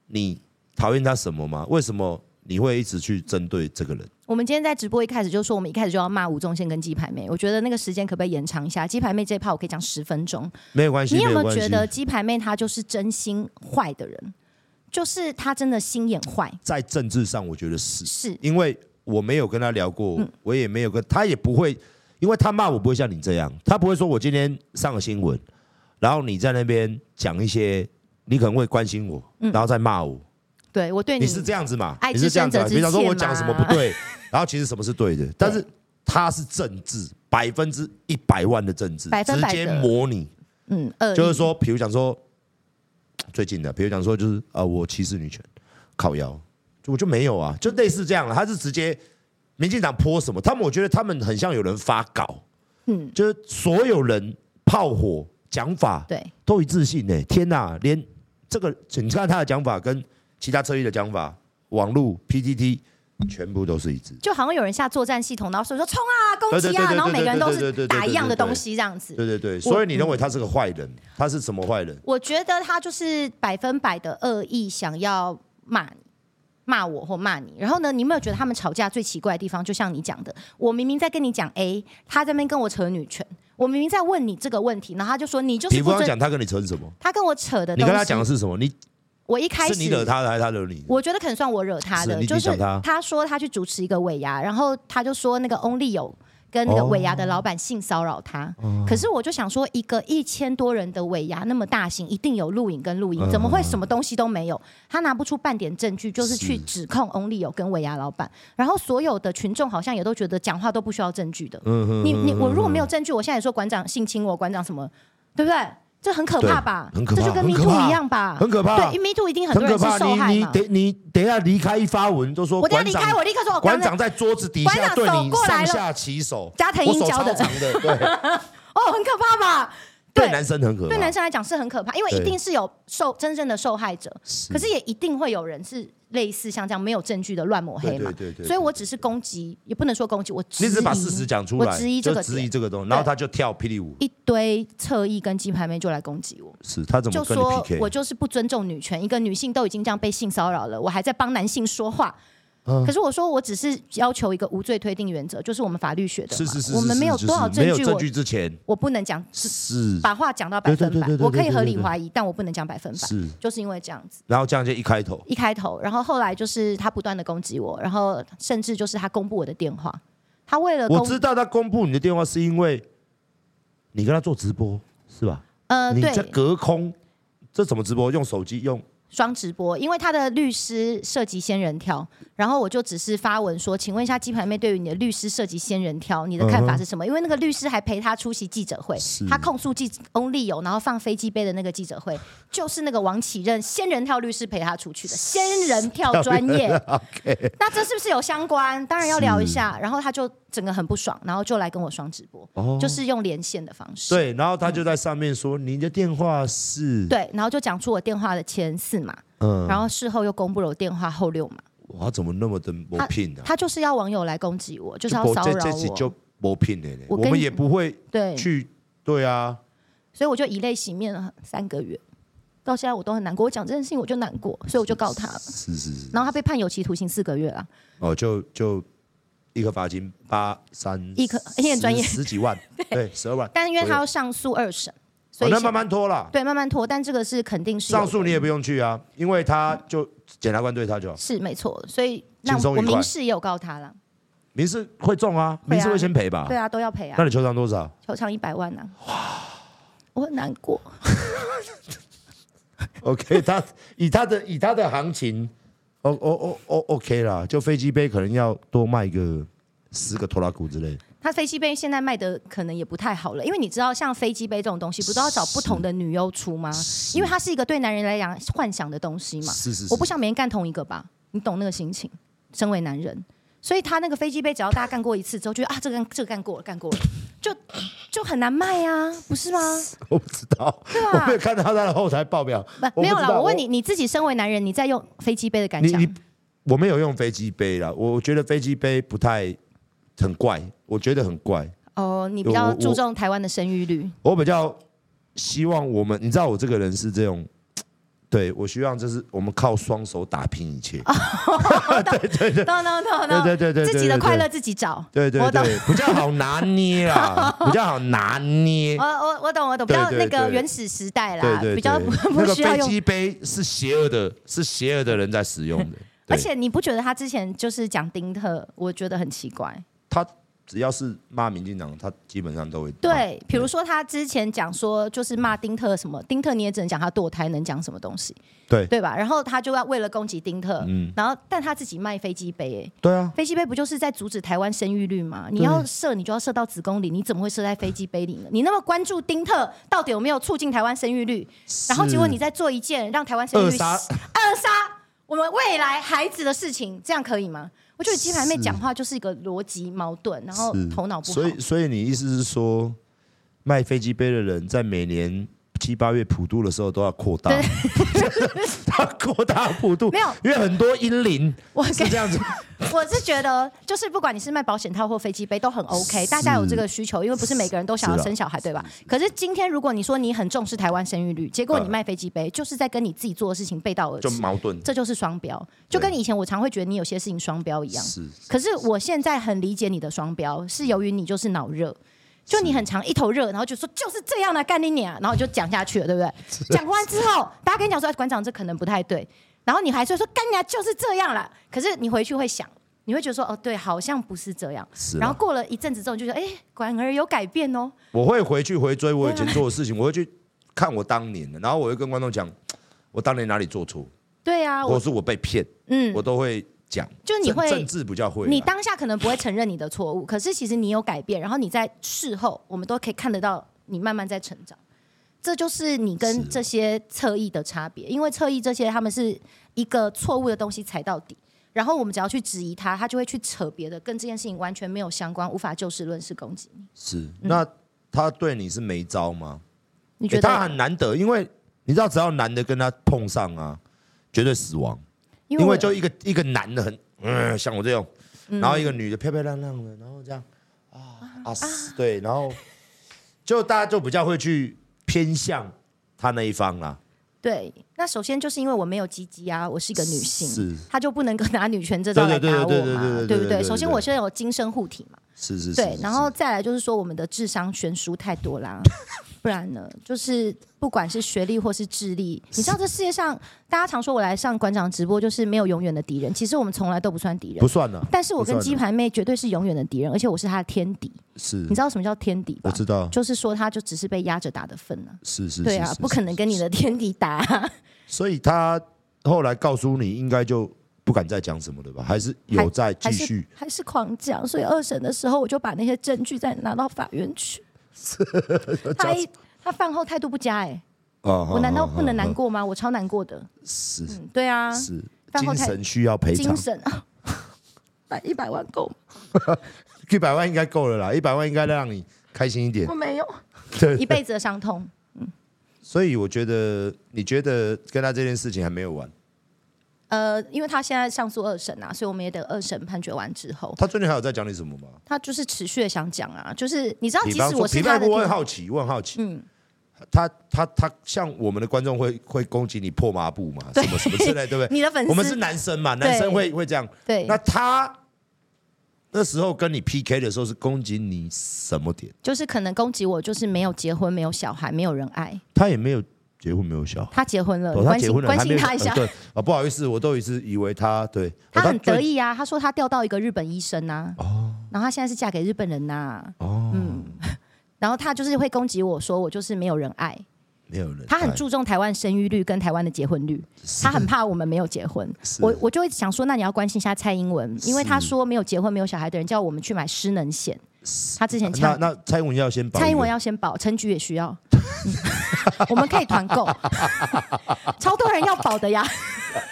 S3: 你讨厌他什么吗？为什么你会一直去针对这个人？
S2: 我们今天在直播一开始就说，我们一开始就要骂吴宗宪跟鸡排妹。我觉得那个时间可不可以延长一下？鸡排妹这一趴我可以讲十分钟。
S3: 没有关系，
S2: 你有没有
S3: 关系
S2: 觉得鸡排妹她就是真心坏的人？就是她真的心眼坏，
S3: 在政治上，我觉得是
S2: 是
S3: 因为我没有跟他聊过，
S2: 嗯
S3: 我也没有跟他也不会，因为他骂我不会像你这样，他不会说我今天上了新闻，然后你在那边讲一些，你可能会关心我，然后再骂我，
S2: 对我对
S3: 你是这样子嘛？
S2: 嗯爱
S3: 你是这样子嘛，啊
S2: 之深
S3: 比
S2: 责之
S3: 方说
S2: 切
S3: 我讲什么
S2: 嘛
S3: 不对，然后其实什么是对的，但是他是政治百分之一百万的政治，
S2: 百分
S3: 直
S2: 百
S3: 接
S2: 的
S3: 模拟，
S2: 嗯，恶
S3: 就是
S2: 意
S3: 说，比如讲说最近的，比如讲说就是啊、我歧视女权，靠腰，就我就没有啊，就类似这样了。他是直接民进党泼什么，他们我觉得他们很像有人发稿，嗯，就是所有人炮火讲法
S2: 对。
S3: 都一致性呢、天哪，连这个你看他的讲法跟其他车衣的讲法，网路 PTT 全部都是一致。
S2: 就好像有人下作战系统，然后说说冲啊，攻击
S3: 对对对
S2: 啊，
S3: 对
S2: 然后每个人都
S3: 对对
S2: 是
S3: 对对对
S2: 打一样的东西这样子。
S3: 对对对，所以你
S2: 嗯
S3: 认为他是个坏人？他是什么坏人？
S2: 我觉得他就是百分百的恶意，想要骂你、骂我或骂你。然后呢，你有没有觉得他们吵架最奇怪的地方？就像你讲的，我明明在跟你讲 A，他在那边跟我扯女权，我明明在问你这个问题，然后他就说你就是
S3: 你不
S2: 不
S3: 要
S2: 尊。
S3: 讲他跟你扯什么？
S2: 他跟我扯的
S3: 你
S2: 东西，
S3: 跟他讲的是什么？你
S2: 我一开始
S3: 是你惹他的还是他惹你？
S2: 我觉得可能算我惹他
S3: 是
S2: 的，
S3: 你
S2: 就
S3: 你
S2: 是
S3: 讲他
S2: 他说他去主持一个尾牙，然后他就说那个 Only 有跟那个
S3: 哦
S2: 尾牙的老板性骚扰他。可是我就想说，一个一千多人的尾牙那么大型，一定有录影跟录
S3: 嗯
S2: 音，怎么会什么东西都没有？他拿不出半点证据，就是去指控 Only 有跟尾牙老板。然后所有的群众好像也都觉得讲话都不需要证据的。
S3: 嗯
S2: 你你我如果没有证据，我现在也说馆长性侵我，馆长什么，对不对？这很可怕吧？
S3: 对很可怕
S2: 这就跟
S3: 很
S2: Me
S3: 可
S2: Too
S3: 怕
S2: 一样吧？
S3: 很可怕
S2: 对，Me Too 一定很
S3: 很
S2: 多
S3: 可
S2: 人是
S3: 怕！
S2: 受害
S3: 你你
S2: 嘛。
S3: 等你等一下离开一发文就说
S2: 我等下
S3: 哦馆
S2: 离
S3: 长，
S2: 开，我立刻说，我哦刚
S3: 馆
S2: 才
S3: 长在桌子底
S2: 馆
S3: 下
S2: 长
S3: 对
S2: 走
S3: 你
S2: 过来
S3: 上
S2: 了
S3: 下其手，
S2: 加藤
S3: 我
S2: 鹰
S3: 手
S2: 教
S3: 超
S2: 的
S3: 长
S2: <laughs>
S3: 的，对
S2: 哦，很可怕吧？
S3: 对，男生很可怕，
S2: 对男生来讲是很可怕，因为
S3: 对
S2: 一定是有受真正的受害者，可是也一定会有人是类似像这样没有证据的乱抹黑嘛。
S3: 对对对对对
S2: 所以我只是攻击，也不能说攻击，我质
S3: 你
S2: 疑
S3: 只把事实讲出来，
S2: 我质疑这
S3: 就
S2: 个
S3: 质疑
S2: 点
S3: 这个东西，
S2: 对
S3: 然后他就跳霹雳舞，
S2: 一堆侧翼跟鸡排妹就来攻击我，
S3: 是他怎
S2: 就
S3: 么跟你
S2: 说
S3: PK？
S2: 我就是不尊重女权，一个女性都已经这样被性骚扰了，我还在帮男性说话。
S3: 嗯
S2: 可是我说，我只是要求一个无罪推定原则，就是我们法律学的嘛，
S3: 是是是，
S2: 我们
S3: 是
S2: 没有
S3: 是
S2: 多少
S3: 是
S2: 证
S3: 没有
S2: 据，
S3: 证据之前
S2: 我我不能讲
S3: 是，
S2: 把话讲到百分
S3: 对
S2: 百
S3: 对对对，对
S2: 我可以合
S3: 对
S2: 理
S3: 对对
S2: 怀疑，但我不能讲百分百，
S3: 是
S2: 就是因为这样子。
S3: 然后这样就一开头，
S2: 一开头，然后后来就是他不断的攻击我，然后甚至就是他公布我的电话，他为了
S3: 我
S2: 呃公
S3: 知道他公布你的电话是因为你跟他做直播是吧？
S2: 呃
S3: 你
S2: 对
S3: 在隔空，这怎么直播？用手机用
S2: 双直播，因为他的律师涉及仙人跳，然后我就只是发文说，请问一下鸡排妹对于你的律师涉及仙人跳，你的看法是
S3: 嗯
S2: 什么？因为那个律师还陪他出席记者会，他控诉记 Only 有，然后放飞机杯的那个记者会，就是那个王启任仙人跳律师陪他出去的，仙人跳专
S3: <laughs>
S2: 业。那这是不是有相关？当然要聊一下。然后他就整个很不爽，然后就来跟我双直播，就是用连线的方式。
S3: 哦对，然后他就在上面说你的电话是，
S2: 嗯对，然后就讲出我电话的前四码，
S3: 嗯，
S2: 然后事后又公布了我电话后六码。
S3: 哇，怎么那么的没品啊？
S2: 他就是要网友来攻击我，就是要
S3: 我
S2: 骚
S3: 这
S2: 扰
S3: 这集
S2: 我，
S3: 就没品了嘞，
S2: 我
S3: 我
S2: 跟
S3: 们
S2: 你
S3: 也不会
S2: 对，
S3: 去，对啊，
S2: 所以我就以泪洗面了三个月，到现在我都很难过。我讲这件事情我就难过，所以我就告
S3: <laughs>
S2: 他了。
S3: 是是是，
S2: 然后他被判有期徒刑四个月啊，
S3: 哦，就就一颗罚金八三
S2: 一颗一点专业
S3: 十十几
S2: <laughs>
S3: 万，对，十二万。
S2: 但因为他
S3: 左
S2: 要
S3: 右
S2: 上诉二审，所
S3: 哦
S2: 以
S3: 那
S2: 现
S3: 慢慢拖啦，
S2: 对慢慢拖，但这个是肯定是有
S3: 上诉你也不用去啊，因为他就检察官对他就好，
S2: 是没错，所以那
S3: 轻松愉
S2: 我
S3: 快
S2: 民事也有告他了，
S3: 民事会中啊，民事会先赔吧
S2: 对？啊，都要赔啊
S3: 那，你求偿多少？
S2: 球场一百万啊，哇，我很难过，
S3: OK，他以他的以他的行情，哦哦哦哦，OK 啦，就飞机杯可能要多卖个十个拖拉股之类。
S2: 他飞机杯现在卖的可能也不太好了，因为你知道，像飞机杯这种东西，不都要找不同的女优出吗？因为它是一个对男人来讲幻想的东西嘛。
S3: 是是是
S2: 我不想每天干同一个吧，你懂那个心情。身为男人，所以他那个飞机杯，只要大家干过一次之后，就觉得啊，这个干这个干过了，干过了，就就很难卖啊，不
S3: <laughs>
S2: 是吗？
S3: 我不知道，
S2: 啊
S3: 我没有看到他的后台报表。
S2: 不，没有
S3: 了
S2: 啦。，我问你，，你自己身为男人，你在用飞机杯的感
S3: 你
S2: 想
S3: 你，我没有用飞机杯啦，我我觉得飞机杯不太很怪，我觉得很怪。
S2: 哦，你比
S3: 我
S2: 较
S3: 我
S2: 注重台湾的生育
S3: <laughs>
S2: 率，
S3: 我比较希望我们，你知道我这个人是这种，对我希望就是我们靠双手打拼一切。
S2: 啊 no no no
S3: 对对对对对
S2: 自己的快
S3: 对
S2: 乐自己找，
S3: 对对
S2: 我懂
S3: 对，比较好拿
S2: <laughs>
S3: 捏啦，比较好拿捏
S2: 我。我我懂我懂，比
S3: 对
S2: 较
S3: 对
S2: 那个
S3: 对
S2: 原始时代
S3: 对
S2: 啦，
S3: 对，
S2: 比较
S3: <laughs> 对
S2: 不 <laughs>
S3: 那
S2: 不
S3: 个
S2: 需要
S3: 飞
S2: 用。
S3: 机杯是邪恶的，是邪恶的人在使用的。
S2: 而
S3: 对
S2: 且你不觉得他之前就是讲丁特，我觉得很奇
S3: 啊
S2: 怪。
S3: 他只要是骂民进党，他基本上都会骂
S2: 对，比如说他之前讲说，就是骂丁特什么，丁特你也只能讲他堕胎，能讲什么东西，
S3: 对
S2: 对吧？然后他就要为了攻击丁特，
S3: 嗯
S2: 然后但他自己卖飞机杯、哎，
S3: 对啊，
S2: 飞机杯不就是在阻止台湾生育率吗？你要射，你就要射到子宫里，你怎么会射在飞机杯里呢？你那么关注丁特到底有没有促进台湾生育率，然后结果你在做一件让台湾生育率
S3: 扼杀
S2: 扼杀我们未来孩子的事情，这样可以吗？我觉得鸡排妹讲话就是一个逻辑矛盾，然后头脑不好
S3: 所。以，所以你意思是说，卖飞机杯的人在每年七八月普渡的时候都要扩大， <laughs> 他扩大普渡，
S2: 没有
S3: 因为很多阴灵
S2: 我
S3: 是这样
S2: <laughs>
S3: 子，
S2: 我是觉得，就是不管你是卖保险套或飞机杯都很 OK，大家有这个需求，因为不是每个人都想要生小孩，对吧？可是今天如果你说你很重视台湾生育率，结果你卖飞机杯，就是在跟你自己做的事情背道而
S3: 就
S2: 驰。
S3: 矛盾。
S2: 这就是双标，就跟你以前我常会觉得你有些事情双标一样。
S3: 是
S2: 可是我现在很理解你的双标，是由于你就是脑热，就你很常一头热，然后就说就是这样的、啊干你娘，然后你就讲下去了，对不对？讲完之后，大家跟你讲说，哎，馆长这可能不太对，然后你还是会说干你娘就是这样啦。可是你回去会想。你会觉得说哦，对，好像不是这样。
S3: 是啊
S2: 然后过了一阵子之后，你就觉得哎，管而有改变哦。
S3: 我会回去回追我以前做的事情，我会去看我当年的，然后我会跟观众讲，我当年哪里做错，
S2: 对啊，
S3: 或
S2: 我
S3: 是我被骗，
S2: 嗯，
S3: 我都会讲。
S2: 就你会
S3: 政政治比较会啦，
S2: 你当下可能不会承认你的错误，可是其实你有改变，然后你在事后，我们都可以看得到你慢慢在成长。这就是你跟这些侧翼的差别，因为侧翼这些他们是一个错误的东西踩到底，然后我们只要去质疑他，他就会去扯别的，跟这件事情完全没有相关，无法就事论事攻击你。
S3: 是那他对你是没招吗？
S2: 嗯你
S3: 欸
S2: 觉
S3: 他
S2: 得？
S3: 很难得，因为你知道，只要男的跟他碰上啊，绝对死亡。
S2: 因
S3: 因
S2: 我
S3: 为就一个一个男的很，嗯，像我这种，然后一个女的漂漂亮亮的，然后这样啊啊死对，然后就大家就比较会去偏向他那一方啦。
S2: 对，那首先就是因为我没有鸡鸡啊，我是一个女性
S3: 是，
S2: 他就不能够拿女权这招来打我
S3: 对对对对对
S2: 嘛
S3: 对对，对
S2: 对不
S3: 对对
S2: 对？首先我现在有精神护体嘛。
S3: 是是
S2: 对，然后再来就是说，我们的智商悬殊太多
S3: <laughs>
S2: 啦，不然呢，就是不管是学历或是智力，你知道这世界上大家常说我来上馆长直播就是没有永远的敌人，其实我们从来都不算敌
S3: 不
S2: 人，
S3: 算了，
S2: 但是我跟
S3: 不算
S2: 鸡排妹绝对是永远的敌人，而且我是她的天敌，
S3: 是，
S2: 你知道什么叫天敌
S3: 我
S2: 吧？
S3: 知道，
S2: 就是说，她就只是被压着打的份呢、
S3: 是是，
S2: 对
S3: 是
S2: 啊，不可。
S3: 是
S2: 能跟你的天敌打啊、
S3: 所以他后来告诉你，应该就不敢再讲什么了吧？还是有在继
S2: 还
S3: 续
S2: 是？还是狂讲，所以二审的时候我就把那些证据再拿到法院去。
S3: <laughs>
S2: 他一他饭后态度不佳哎、
S3: 我
S2: 我难
S3: 哦
S2: 道不能难？过吗？我超难过的。
S3: 是
S2: 嗯，对啊，
S3: 是，
S2: 饭后
S3: 精
S2: 太
S3: 神需要赔偿
S2: 精，神啊， <laughs> 百一百万够吗？
S3: <laughs> 一百万应该够了啦，一百万应该让你开心一点
S2: 我。没有，
S3: <laughs> 对
S2: 一辈子的伤痛。
S3: 所以我觉得，你觉得跟他这件事情还没有完？
S2: 呃，因为他现在上诉二审啊，所以我们也等二审判决完之后，
S3: 他最近还有在讲你什么吗？
S2: 他就是持续的想讲啊，就是你知道，
S3: 比
S2: 即
S3: 方
S2: 使
S3: 说，
S2: 我是
S3: 比
S2: 他
S3: 方
S2: 的
S3: 说，我很
S2: 天
S3: 好奇，我很好奇，
S2: 嗯，
S3: 他他他像我们的观众会会攻击你破抹布嘛，什么什么之类，对不对？
S2: 你的 <laughs> 粉丝，
S3: 我们是男生嘛，男生会会这样。
S2: 对
S3: 那，他那时候跟你 PK 的时候是攻击你什么点？
S2: 就是可能攻击我，就是没有结婚，没有小孩，没有人爱。
S3: 他也没有结婚，没有小孩。
S2: 他结婚了，
S3: 哦，他
S2: 呃关
S3: 结
S2: 心
S3: 婚了，
S2: 关
S3: 还没
S2: 心
S3: 有
S2: 他一下
S3: 呃。对啊，不好意思，我都一直以为他对，
S2: 他
S3: 哦
S2: 很得
S3: 最
S2: 意啊，他说他调到一个日本医生呐、然后他现在是嫁给日本人呐、嗯
S3: 哦，
S2: <laughs> 然后他就是会攻击我说我就是没有人爱，
S3: 没有人，哎
S2: 他很注重台湾生育率跟台湾的结婚率，他很怕我们没有结婚。我我就会想说，那你要关心一下蔡英文，因为他说没有结婚没有小孩的人叫我们去买失能险，他之前
S3: 那
S2: 呛
S3: 那蔡英文要先保一个，
S2: 蔡英文要先保，陈菊也需要， <laughs> 嗯我们可以团购， <laughs> 超多人要保的呀，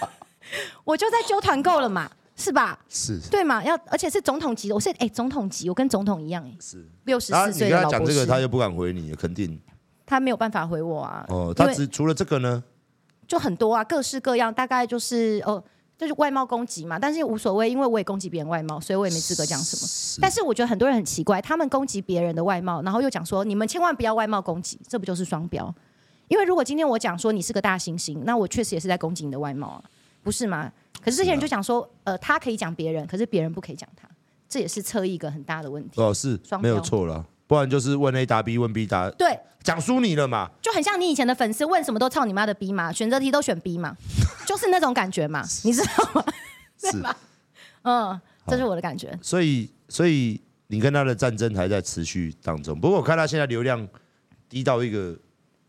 S2: <laughs> 我就在揪团购了嘛，是吧？
S3: 是
S2: 对嘛？要而且是总统级的，我是哎、总统级，我跟总统一样哎、
S3: 是。
S2: 六十
S3: 然后
S2: 四
S3: 你
S2: 岁
S3: 跟
S2: 的
S3: 他
S2: 老
S3: 讲
S2: 博
S3: 这个，
S2: 士，
S3: 他又不敢回你，肯定
S2: 他没有办法回我啊，
S3: 哦。
S2: 因
S3: 他
S2: 为
S3: 只除了这个呢，
S2: 就很多啊，各式各样，大概就是哦，就是外貌攻击嘛，但是无所谓，因为我也攻击别人外貌，所以我也没资格讲什么。但是我觉得很多人很奇怪，他们攻击别人的外貌，然后又讲说你们千万不要外貌攻击，这不就是双标？因为如果今天我讲说你是个大猩猩，那我确实也是在攻击你的外貌啊，不是吗？可是这些
S3: 啊
S2: 人就讲说，呃，他可以讲别人，可是别人不可以讲他，这也是侧翼一个很大的问题。
S3: 哦是
S2: 双标
S3: 没有错了，不然就是问 A 答 B，问 B 答，
S2: 对，
S3: 讲输你了嘛。
S2: 就很像你以前的粉丝问什么都操你妈的逼嘛，选择题都选 B
S3: <laughs>
S2: 嘛，就是那种感觉嘛，你知道吗？对吧？嗯，这是我的感觉。
S3: 所以所以你跟他的战争还在持续当中。不过我看他现在流量低到一个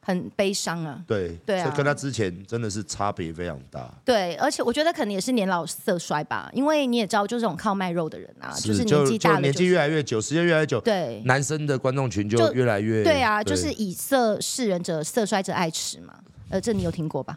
S2: 很悲伤啊。
S3: 对，
S2: 对啊
S3: 所以跟他之前真的是差别非常大。
S2: 对，而且我觉得可能也是年老色衰吧，因为你也知道，就这种靠卖肉的人啊，就是年纪
S3: 就
S2: 大
S3: 就
S2: 了、
S3: 年
S2: 就
S3: 纪
S2: 是，
S3: 越来越久，时间越来越久，
S2: 对
S3: 男生的观众群就
S2: 就啊
S3: 越来越
S2: 对啊，就是以色示人者，色衰者爱弛嘛。呃，这你有听过吧？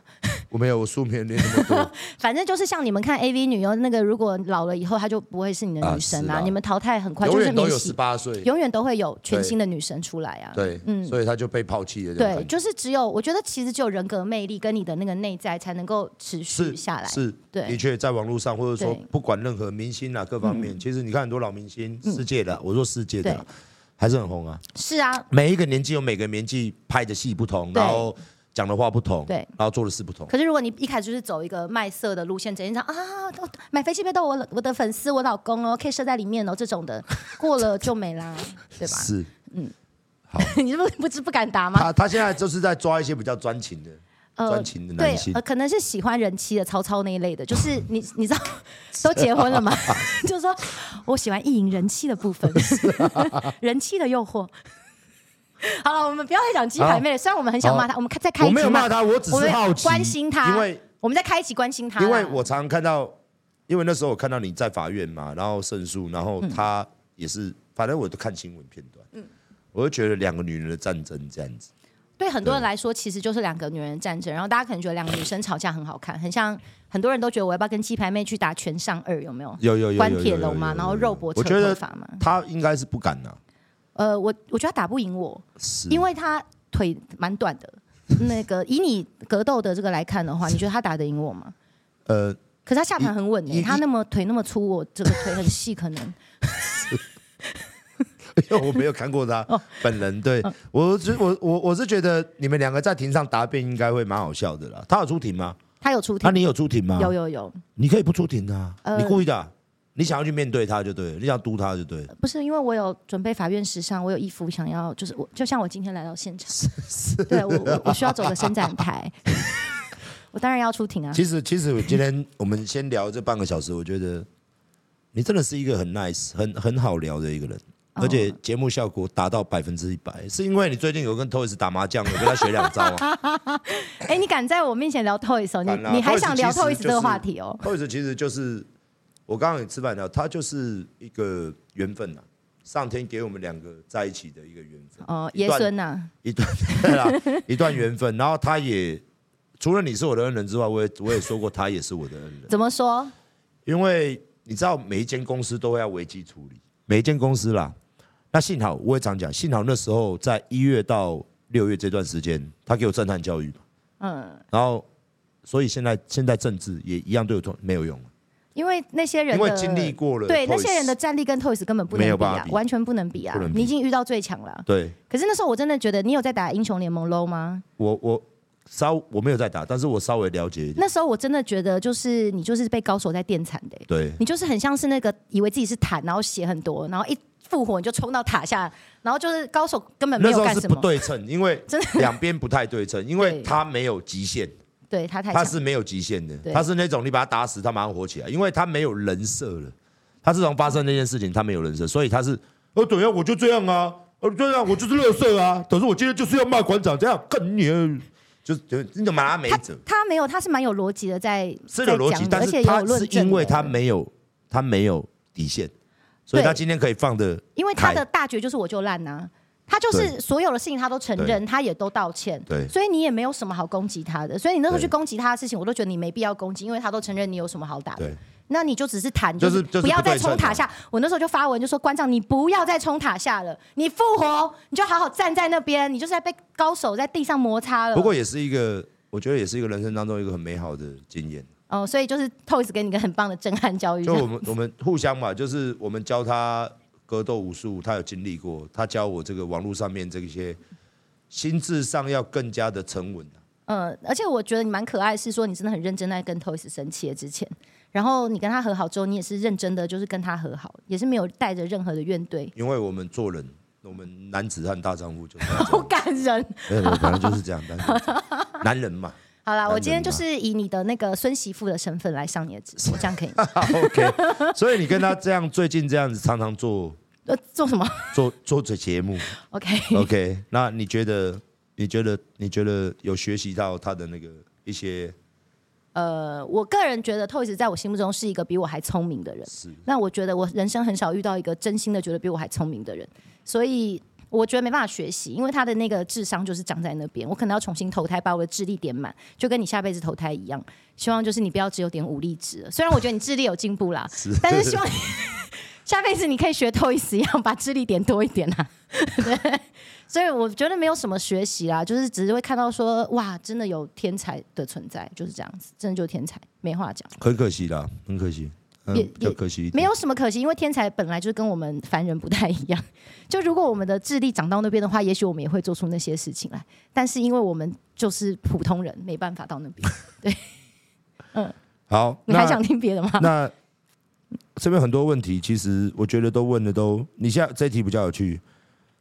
S3: 我没有，我书没有念那么多。
S2: 反正就是像你们看 AV 女优那个，如果老了以后，她就不会是你的女神啊，
S3: 啊是啊
S2: 你们淘汰很 <laughs> 快，
S3: 永
S2: 就是
S3: 远都
S2: 免
S3: 有
S2: 洗
S3: 十八岁，
S2: 永远都会有全新的女神出来啊。
S3: 对，
S2: 嗯
S3: 所以他就被抛弃了这种感
S2: 对，
S3: 觉。
S2: 就是只有我觉得其实只有人格魅力跟你的那个内在才能够持续
S3: 是
S2: 下来。
S3: 是，
S2: 对
S3: 的确在网络上或者说
S2: 对嗯
S3: 不管任何明星啊各方面，其实你看很多老明星，世界的啊，我说世界的啊
S2: 对
S3: 还是很红啊。
S2: 是啊，
S3: 每一个年纪有每个年纪拍的戏不同，
S2: 对
S3: 然后讲的话不同，
S2: 对
S3: 然后做的事不同。
S2: 可是如果你一开始就是走一个卖色的路线，整天讲啊，都买飞机杯都我我的粉丝我老公哦，可以设在里面哦，这种的过了就没啦，对吧？
S3: 是，
S2: <laughs> 你是不不知不敢答吗？
S3: 他他现在就是在抓一些比较专情的，专情的男
S2: 呃对
S3: 性，
S2: 呃，可能是喜欢人妻的曹操那一类的，
S3: <laughs>
S2: 就是你你知道都结婚了嘛，就是说我喜欢意淫人妻的部
S3: <laughs>
S2: 分，人妻的诱惑。好了，我们不要再讲鸡排妹了。虽然我们很想骂她，我们开再开一集
S3: 我没有骂她我只是
S2: 我们
S3: 好奇
S2: 关心她，
S3: 因为
S2: 我们再开一集关心她啦，
S3: 因为我常常看到，因为那时候我看到你在法院嘛，然后胜诉，然
S2: 嗯
S3: 后他也是，反正我都看新闻片段，我就觉得两个女人的战争这样子，
S2: 对很多人来说，其实就是两个女人的战争。然后大家可能觉得两个女生吵架很好看，很像很多人都觉得我要不要跟鸡排妹去打拳上二，有没有？
S3: 有有有
S2: 关
S3: 有有
S2: 铁
S3: 有
S2: 笼嘛
S3: 有有
S2: 然后
S3: 有
S2: 肉搏
S3: 我
S2: 扯
S3: 觉
S2: 头
S3: 得
S2: 发嘛
S3: 他应该是不敢呐、
S2: 呃，我我觉得她打不赢我，
S3: 是
S2: 因为他腿蛮短的。那
S3: <laughs>
S2: 个以你格斗的这个来看的话，你觉得他打得赢我吗？
S3: 呃， <laughs>
S2: 可是他下盘很稳
S3: 一
S2: 诶、
S3: 一
S2: 他那么腿那么粗，我这个腿很细，可
S3: <laughs>
S2: 能
S3: 因为我没有看过他
S2: 哦
S3: 本人，对我是我我我是觉得你们两个在庭上答辩应该会蛮好笑的啦。他有出庭吗？
S2: 他有出
S3: 那、
S2: 庭，
S3: 你有出庭吗？
S2: 有，有有，
S3: 你可以不出庭的啊，
S2: 呃
S3: 你故意的啊、你想要去面对他就对了，你想督他就对了。
S2: 不是因为我有准备法院时尚，我有衣服想要，就是我就像我今天来到现
S3: <laughs>
S2: 场，对我我我需要走个伸展台， <laughs> 我当然要出
S3: <laughs>
S2: 庭啊。
S3: 其实，其实我今天我们先聊这半个小时，我觉得你真的是一个很 nice、很很好聊的一个人，
S2: 哦
S3: 而且节目效果达到百分之一百，是因为你最近有跟 Toys 打麻将，有跟他学两招
S2: <laughs>
S3: 啊。
S2: 哎、你敢在我面前聊 Toys 哦？
S3: 敢啦
S2: 你你还
S3: Toys
S2: 想聊
S3: 其实
S2: Toys
S3: 就是
S2: 这个话题哦？
S3: Toys 其实就是我刚刚也吃饭聊，他就是一个缘分呐、上天给我们两个在一起的一个缘分。
S2: 哦，
S3: 一
S2: 爷
S3: 段
S2: 孙呐，
S3: 一段对啦， <laughs> 一段缘分。然后他也除了你是我的恩人之外，我也我也说过他也是我的恩人，
S2: 怎么说？
S3: 因为你知道每一间公司都会要危机处理，每一间公司啦。那幸好我也常讲，幸好那时候在一月到六月这段时间，他给我震撼教育嘛
S2: 嗯，
S3: 然后所以现在现在政治也一样对我都没有用了，
S2: 因为那些人
S3: 因为
S2: 的
S3: 经历过了，
S2: 对那些人的战力跟 Toys 根本不
S3: 没
S2: 能
S3: 有
S2: 比
S3: 办法
S2: 啊，
S3: 比
S2: 完全不能比啊
S3: 不能！比
S2: 你已经遇到最强了啊。
S3: 对
S2: 可是那时候我真的觉得，你有在打英雄联盟 low 吗？
S3: 我我稍我没有在打，但是我稍微了解一点，
S2: 那时候我真的觉得，就是你就是被高手在电惨的欸、
S3: 对
S2: 你就是很像是那个以为自己是坦，然后血很多，然后一复活你就冲到塔下，然后就是高手根本没
S3: 那时
S2: 有
S3: 候
S2: 干
S3: 是
S2: 什
S3: 不
S2: 么，
S3: 对称，因
S2: <laughs>
S3: 为
S2: 真
S3: 两边不太对称，因为
S2: 对
S3: 他没有极限，
S2: 对他太
S3: 他
S2: 强，
S3: 是没有极限的，
S2: 对
S3: 他是那种你把他打死，他马上火起来，因为他没有人设了。他自从发生那件事情，他没有人设，所以他是哦，等一下我就这样啊，哦，对啊，我就是乐色啊，可是我今天就是要骂馆长，这样更你啊，就就你怎么拿他没
S2: 他
S3: 辙？
S2: 他没有，他是蛮有逻辑的在
S3: 是有逻
S2: 在讲
S3: 辑，
S2: 的
S3: 但
S2: 而且
S3: 是
S2: 也有
S3: 他
S2: 论
S3: 是
S2: 证
S3: 因为
S2: 的
S3: 他没有他没有底线，所以
S2: 对
S3: 他今天可以放的，
S2: 因为他的大绝就是我就烂呐、啊他就是所有的事情他都承认，他也都道歉，
S3: 对
S2: 所以你也没有什么好攻击他的。所以你那时候
S3: 对
S2: 去攻击他的事情，我都觉得你没必要攻击，因为他都承认你有什么好打的
S3: 对。
S2: 那你就只是谈，
S3: 就是就是
S2: 不要再
S3: 不对称
S2: 冲塔
S3: 嘛
S2: 下。我那时候就发文就说，馆长你不要再冲塔下了，你复活你就好好站在那边，你就是在被高手在地上摩擦了。
S3: 不过也是一个，我觉得也是一个人生当中一个很美好的经验。
S2: 哦，所以就是 Toys 给你一个很棒的震撼教育。
S3: 就我们我们互相嘛，就是我们教他格斗武术，他有经历过，他教我这个网络上面这些心智上要更加的沉稳、
S2: 嗯，而且我觉得你蛮可爱，是说你真的很认真在跟 Toys 生气的之前，然后你跟他和好之后，你也是认真的，就是跟他和好，也是没有带着任何的怨 <laughs> 怼，
S3: 因为我们做人，我们男子汉大丈夫
S2: <laughs>
S3: 就是
S2: 好感哦人。
S3: 这样，没有，反正就是这样，男人男人嘛。
S2: 好啦，
S3: 人
S2: 我今天
S3: 嘛
S2: 就是以你的那个孙媳妇的身份来上你的直 <laughs> 播，这样可以吗？
S3: OK，所以你跟他这样最近这样子常常做
S2: 呃，做什么
S3: 做做这节
S2: <laughs>
S3: 目
S2: ？OK，
S3: ，OK？那你觉得你觉得你觉得有学习到他的那个一些
S2: 呃，我个人觉得 Toys 在我心目中是一个比我还聪明的人。那我觉得我人生很少遇到一个真心的觉得比我还聪明的人，所以我觉得没办法学习，因为他的那个智商就是长在那边，我可能要重新投胎，把我的智力点满，就跟你下辈子投胎一样。希望就是你不要只有点武力值了，虽然我觉得你智力有进步啦，但是希望你下辈子你可以学 Toys 一样，把智力点多一点啊。对，所以我觉得没有什么学习啦，就是只是会看到说，哇，真的有天才的存在，就是这样子，真的就是天才，没话讲。
S3: 很可惜啦，很可惜，嗯，
S2: 也
S3: 比较可惜一点。
S2: 没有什么可惜，因为天才本来就跟我们凡人不太一样。 <laughs> 就如果我们的智力长到那边的话，也许我们也会做出那些事情来。但是因为我们就是普通人，没办法到那边。
S3: 好，
S2: 你
S3: 那
S2: 还想听别的 <laughs> 吗？
S3: 那这边很多问题，其实我觉得都问的都，你现在这题比较有趣，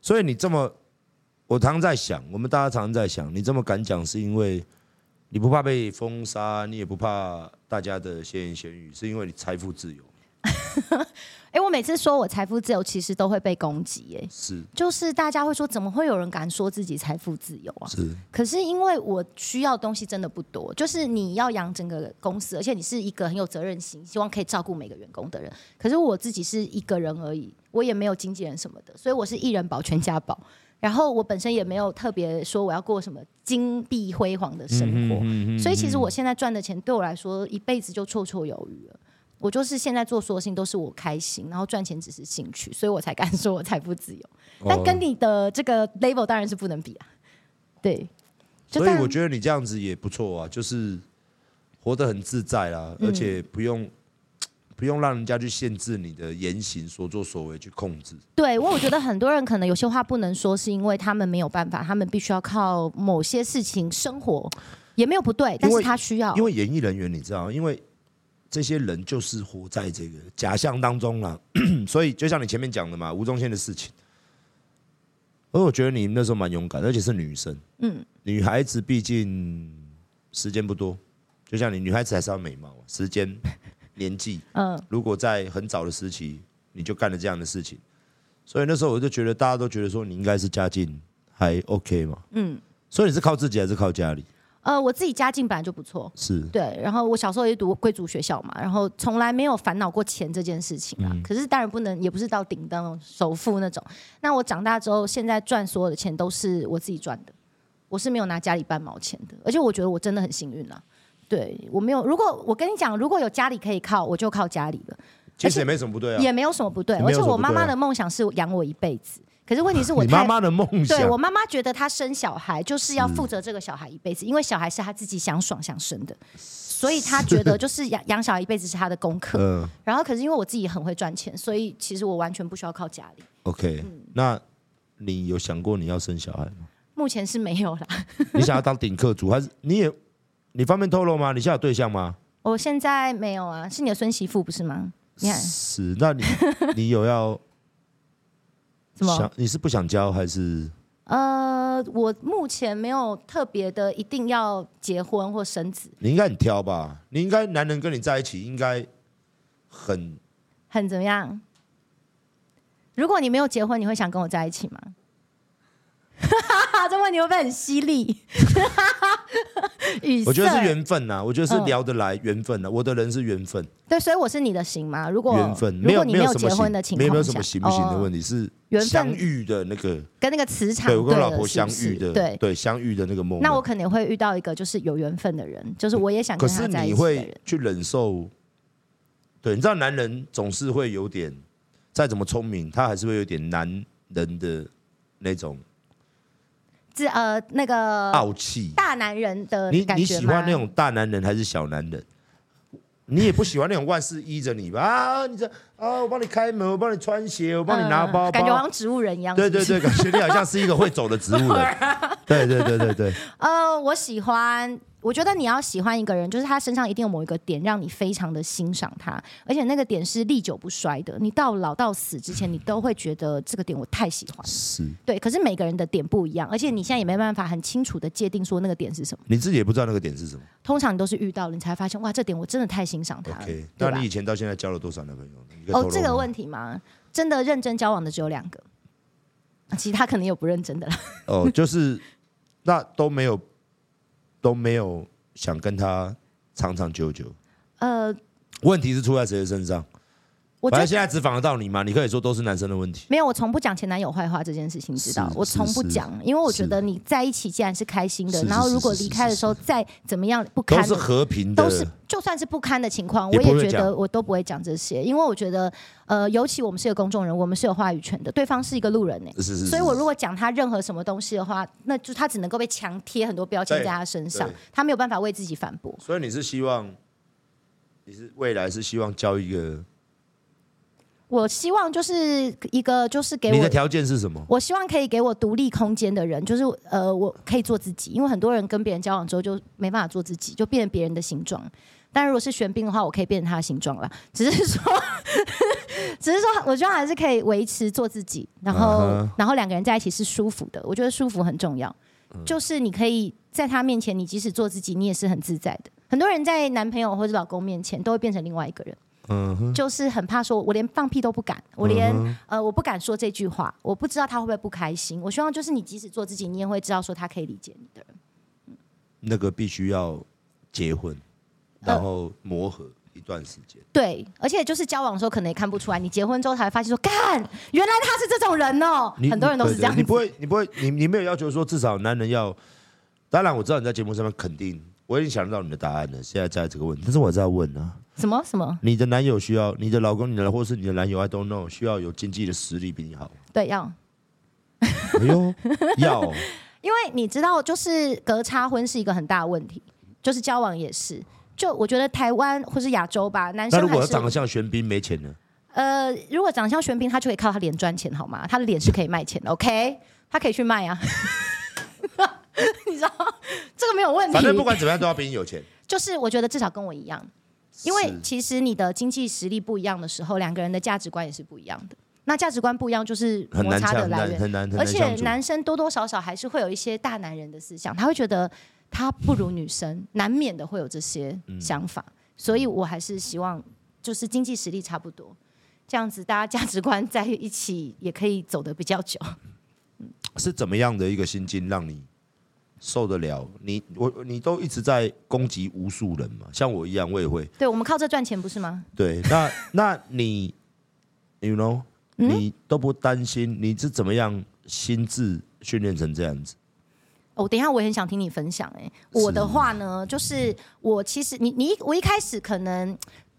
S3: 所以你这么，我常在想，我们大家常在想，你这么敢讲，是因为你不怕被封杀，你也不怕大家的闲言闲语，是因为你财富自由，
S2: 哎、我每次说我财富自由，其实都会被攻击、耶。
S3: 是
S2: 就是大家会说，怎么会有人敢说自己财富自由啊？
S3: 是，
S2: 可是因为我需要的东西真的不多，就是你要养整个公司，而且你是一个很有责任心，希望可以照顾每个员工的人。可是我自己是一个人而已，我也没有经纪人什么的，所以我是一人保全家保。然后我本身也没有特别说我要过什么金碧辉煌的生
S3: 嗯
S2: 活，所以其实我现在赚的钱对我来说一辈子就绰绰有余了。我就是现在做所有事情都是我开心，然后赚钱只是兴趣，所以我才敢说我财富自由。
S3: 哦
S2: 但跟你的这个 level 当然是不能比啊，对。就
S3: 所以
S2: 但
S3: 我觉得你这样子也不错啊，就是活得很自在啦，
S2: 嗯
S3: 而且不用不用让人家去限制你的言行所作所为去控制，
S2: 对我，我觉得很多人可能有些话不能说，是因为他们没有办法，他们必须要靠某些事情生活，也没有不对，但是他需要
S3: 因。为演艺人员，你知道，因为这些人就是活在这个假象当中了， <clears throat> 所以就像你前面讲的嘛，吴宗宪的事情，而我觉得你那时候蛮勇敢，而且是女生，嗯，女孩子毕竟时间不多，就像你女孩子还是要美貌啊，时 <laughs> 间、年纪，嗯，如果在很早的时期你就干了这样的事情，所以那时候我就觉得大家都觉得说你应该是家境还 OK 嘛，嗯，所以你是靠自己还是靠家里？
S2: 呃，我自己家境本来就不错，
S3: 是
S2: 对，然后我小时候也读贵族学校嘛，然后从来没有烦恼过钱这件事情啊。
S3: 嗯
S2: 可是当然不能，也不是到顶当首富那种。那我长大之后，现在赚所有的钱都是我自己赚的，我是没有拿家里半毛钱的。而且我觉得我真的很幸运啊。对我没有，如果我跟你讲，如果有家里可以靠，我就靠家里了。
S3: 其实也没什么不对啊，
S2: 也没有什么不对。
S3: 也没
S2: 而
S3: 有
S2: 且
S3: 什么
S2: 我妈
S3: 不对啊
S2: 妈的梦想是养我一辈子，可是问题是我
S3: <laughs> 你
S2: 太
S3: 妈妈的梦想，
S2: 对我妈妈觉得她生小孩就是要负责这个小孩一辈子，因为小孩是她自己想
S3: 嗯
S2: 爽想生的，所以她觉得就是养养小孩一辈子是她的功
S3: <laughs>
S2: 课。
S3: 嗯
S2: 然后可是因为我自己很会赚钱，所以其实我完全不需要靠家里。
S3: ，OK，那
S2: 嗯
S3: 你有想过你要生小孩 <laughs> 吗？
S2: 目前是没有啦， <laughs>
S3: 你想要当顶客族，还是你也你方便透露吗？你现在有对象吗？
S2: 我现在没有啊，是你的孙媳妇不是吗？你看 <laughs>
S3: 是，那你你有要
S2: 什么
S3: 想？你是不想交还是
S2: 呃，我目前没有特别的一定要结婚或生子，
S3: 你应该很挑吧？你应该男人跟你在一起应该很
S2: 很怎么样？如果你没有结婚，你会想跟我在一起吗？ <laughs> 这问题会不会很犀利？ <laughs> 语塞
S3: 我觉得是缘分啊呐，我觉得是
S2: 嗯
S3: 聊得来缘分啊呐。我的人是缘分，
S2: 对，所以我是你的型嘛？如果
S3: 缘分没
S2: 如
S3: 有
S2: 果你
S3: 没有
S2: 有
S3: 什
S2: 结
S3: 么行
S2: 婚的情
S3: 没
S2: 况
S3: 有
S2: 下，
S3: 没有什么行不行的
S2: 哦
S3: 问题，是
S2: 缘分
S3: 相遇的那个，
S2: 跟那个磁场
S3: 对我跟我
S2: 对
S3: 老
S2: 了
S3: 婆
S2: 是
S3: 相
S2: 不
S3: 遇
S2: 是
S3: 的，
S2: 对。
S3: 对相遇的那个梦。
S2: 那我肯定会遇到一个就是有缘分的人，就是我也想
S3: 可
S2: 跟
S3: 是
S2: 他在一起
S3: 你
S2: 的
S3: 会
S2: 人。
S3: 去忍受，对，你知道男人总是会有点，再怎么聪明，他还是会有点男人的那种
S2: 自呃那个
S3: 傲气。
S2: 大男人的
S3: 啊你
S2: 感
S3: 你
S2: 觉
S3: 喜
S2: 吗嗯
S3: 欢那种大男人还是小男人？你也不喜欢那种万事依着你吧？啊，你这啊，我帮你开门，我帮你穿鞋，我帮你
S2: 嗯
S3: 拿包包，
S2: 感觉好像植物人一样。
S3: 对
S2: 是不
S3: 对
S2: 是
S3: 对，感觉你好像是一个会走的
S2: <laughs>
S3: 植物人。
S2: 啊
S3: 对对对对对，
S2: 呃，我喜欢，我觉得你要喜欢一个人，就是他身上一定有某一个点让你非常的欣赏他，而且那个点是历久不衰的。你到老到死之前，你都会觉得这个点我太喜欢。
S3: 是
S2: 对，可是每个人的点不一样，而且你现在也没办法很清楚的界定说那个点是什么。
S3: 你自己也不知道那个
S2: <laughs>
S3: 点是什么。
S2: 通常你都是遇到了，你才发现哇，这点我真的太欣赏他了
S3: OK，，
S2: 对
S3: 那
S2: 吧
S3: 你？以前到现在交了多少男朋友？你可以透
S2: 哦
S3: 露，
S2: 这个
S3: 吗
S2: 问题嘛，真的认真交往的只有两个，啊其他可能有不认真的啦。
S3: 哦，就是那都没有都没有想跟他长长久久。
S2: 呃，
S3: 问题是出在谁的身上？
S2: 我觉
S3: 反正
S2: 得
S3: 现在只访得到你嘛，你可以说都是男生的问题。
S2: 没有，我从不讲前男友坏话这件事情，知道
S5: 是
S2: 我从不
S5: 是
S2: 讲，因为我觉得你在一起既然是开心的，然后如果离开的时候再怎么样不
S3: 都
S2: 堪，
S3: 是和平的，
S2: 都是就算是不堪的情况，
S3: 也
S2: 我
S3: 不会
S2: 也觉
S3: 讲
S2: 得我都不会讲这些，因为我觉得呃，尤其我们是个公众人物，我们是有话语权的，对方是一个路人呢、欸
S5: 是是是，
S2: 所以我如果讲他任何什么东西的话，那就他只能够被强贴很多标签
S3: 对
S2: 在他身上
S3: 对，
S2: 他没有办法为自己反驳。
S3: 所以你是希望，你是未来是希望交一个，
S2: 我希望就是一个就是给
S3: 你的
S2: 我。
S3: 条件是什么？
S2: 我希望可以给我独立空间的人，就是呃，我可以做自己，因为很多人跟别人交往之后就没办法做自己，就变成别人的形状。但如果是玄彬的话，我可以变成他的形状了， <laughs> 只是说，只是说，我觉得还是可以维持做自己，然后
S3: 嗯哼
S2: 然后两个人在一起是舒服的，我觉得舒服很重要，就是你可以在他面前，你即使做自己，你也是很自在的。很多人在男朋友或者老公面前都会变成另外一个人。
S3: 嗯哼，
S2: 就是很怕说，我连放屁都不敢，我连、
S3: 嗯
S2: 呃我不敢说这句话，我不知道他会不会不开心。我希望就是你即使做自己，你也会知道说他可以理解你的人。
S3: 那个必须要结婚，
S2: 呃
S3: 然后磨合一段时间。
S2: 对，而且就是交往的时候可能也看不出来，你结婚之后才会发现说，干，原来他是这种人哦、
S3: 你
S2: 很多人都是
S3: 对
S2: 这样子
S3: 对你不会，你不会，你你没有要求说至少男人要。当然，我知道你在节目上面肯定，我已经想到你的答案了。现在在这个问题，但是我还是要问啊，
S2: 什么什么，
S3: 你的男友需要，你的老公，你的或是你的男友，I don't know，需要有经济的实力比你好。
S2: 对，要。
S3: 哎呦， <laughs> 要哦
S2: 因为你知道，就是隔差婚是一个很大的问题，就是交往也是。就我觉得台湾或是亚洲吧，男
S3: 那
S2: 生
S3: 如果
S2: 还
S3: 他
S2: 是
S3: 长得像玄彬，没钱 <laughs> 呢？
S2: 呃，如果长相玄彬，他就可以靠他脸赚钱，好吗？他的脸是可以卖钱的，OK？他可以去卖啊， <laughs> 你知道这个没有问题。
S3: 反正不管怎么样，都要比你有钱。
S2: 就是我觉得至少跟我一样，因为其实你的经济实力不一样的时候，两个人的价值观也是不一样的。那价值观不一样，就是
S3: 很
S2: 摩
S3: 难
S2: 擦
S3: 相
S2: 的来源。
S3: 很难很难
S2: 而且
S3: 相处。
S2: 男生多多少少还是会有一些大男人的思想，他会觉得他不如女生，难免的会有这些
S3: 嗯
S2: 想法。所以我还是希望，就是经济实力差不多，这样子大家价值观在一起也可以走得比较
S3: <laughs>
S2: 久。
S3: 是怎么样的一个心境让你受得了？你我你都一直在攻击无数人嘛，像我一样，我也会。
S2: 对我们靠这赚钱不是吗？
S3: 对，那那你，you know，、你
S2: 嗯
S3: 都不担心，你是怎么样心智训练成这样子？
S2: 哦，等一下，我也很想听你分享、欸。我的话呢，就是我其实你你我一开始可能。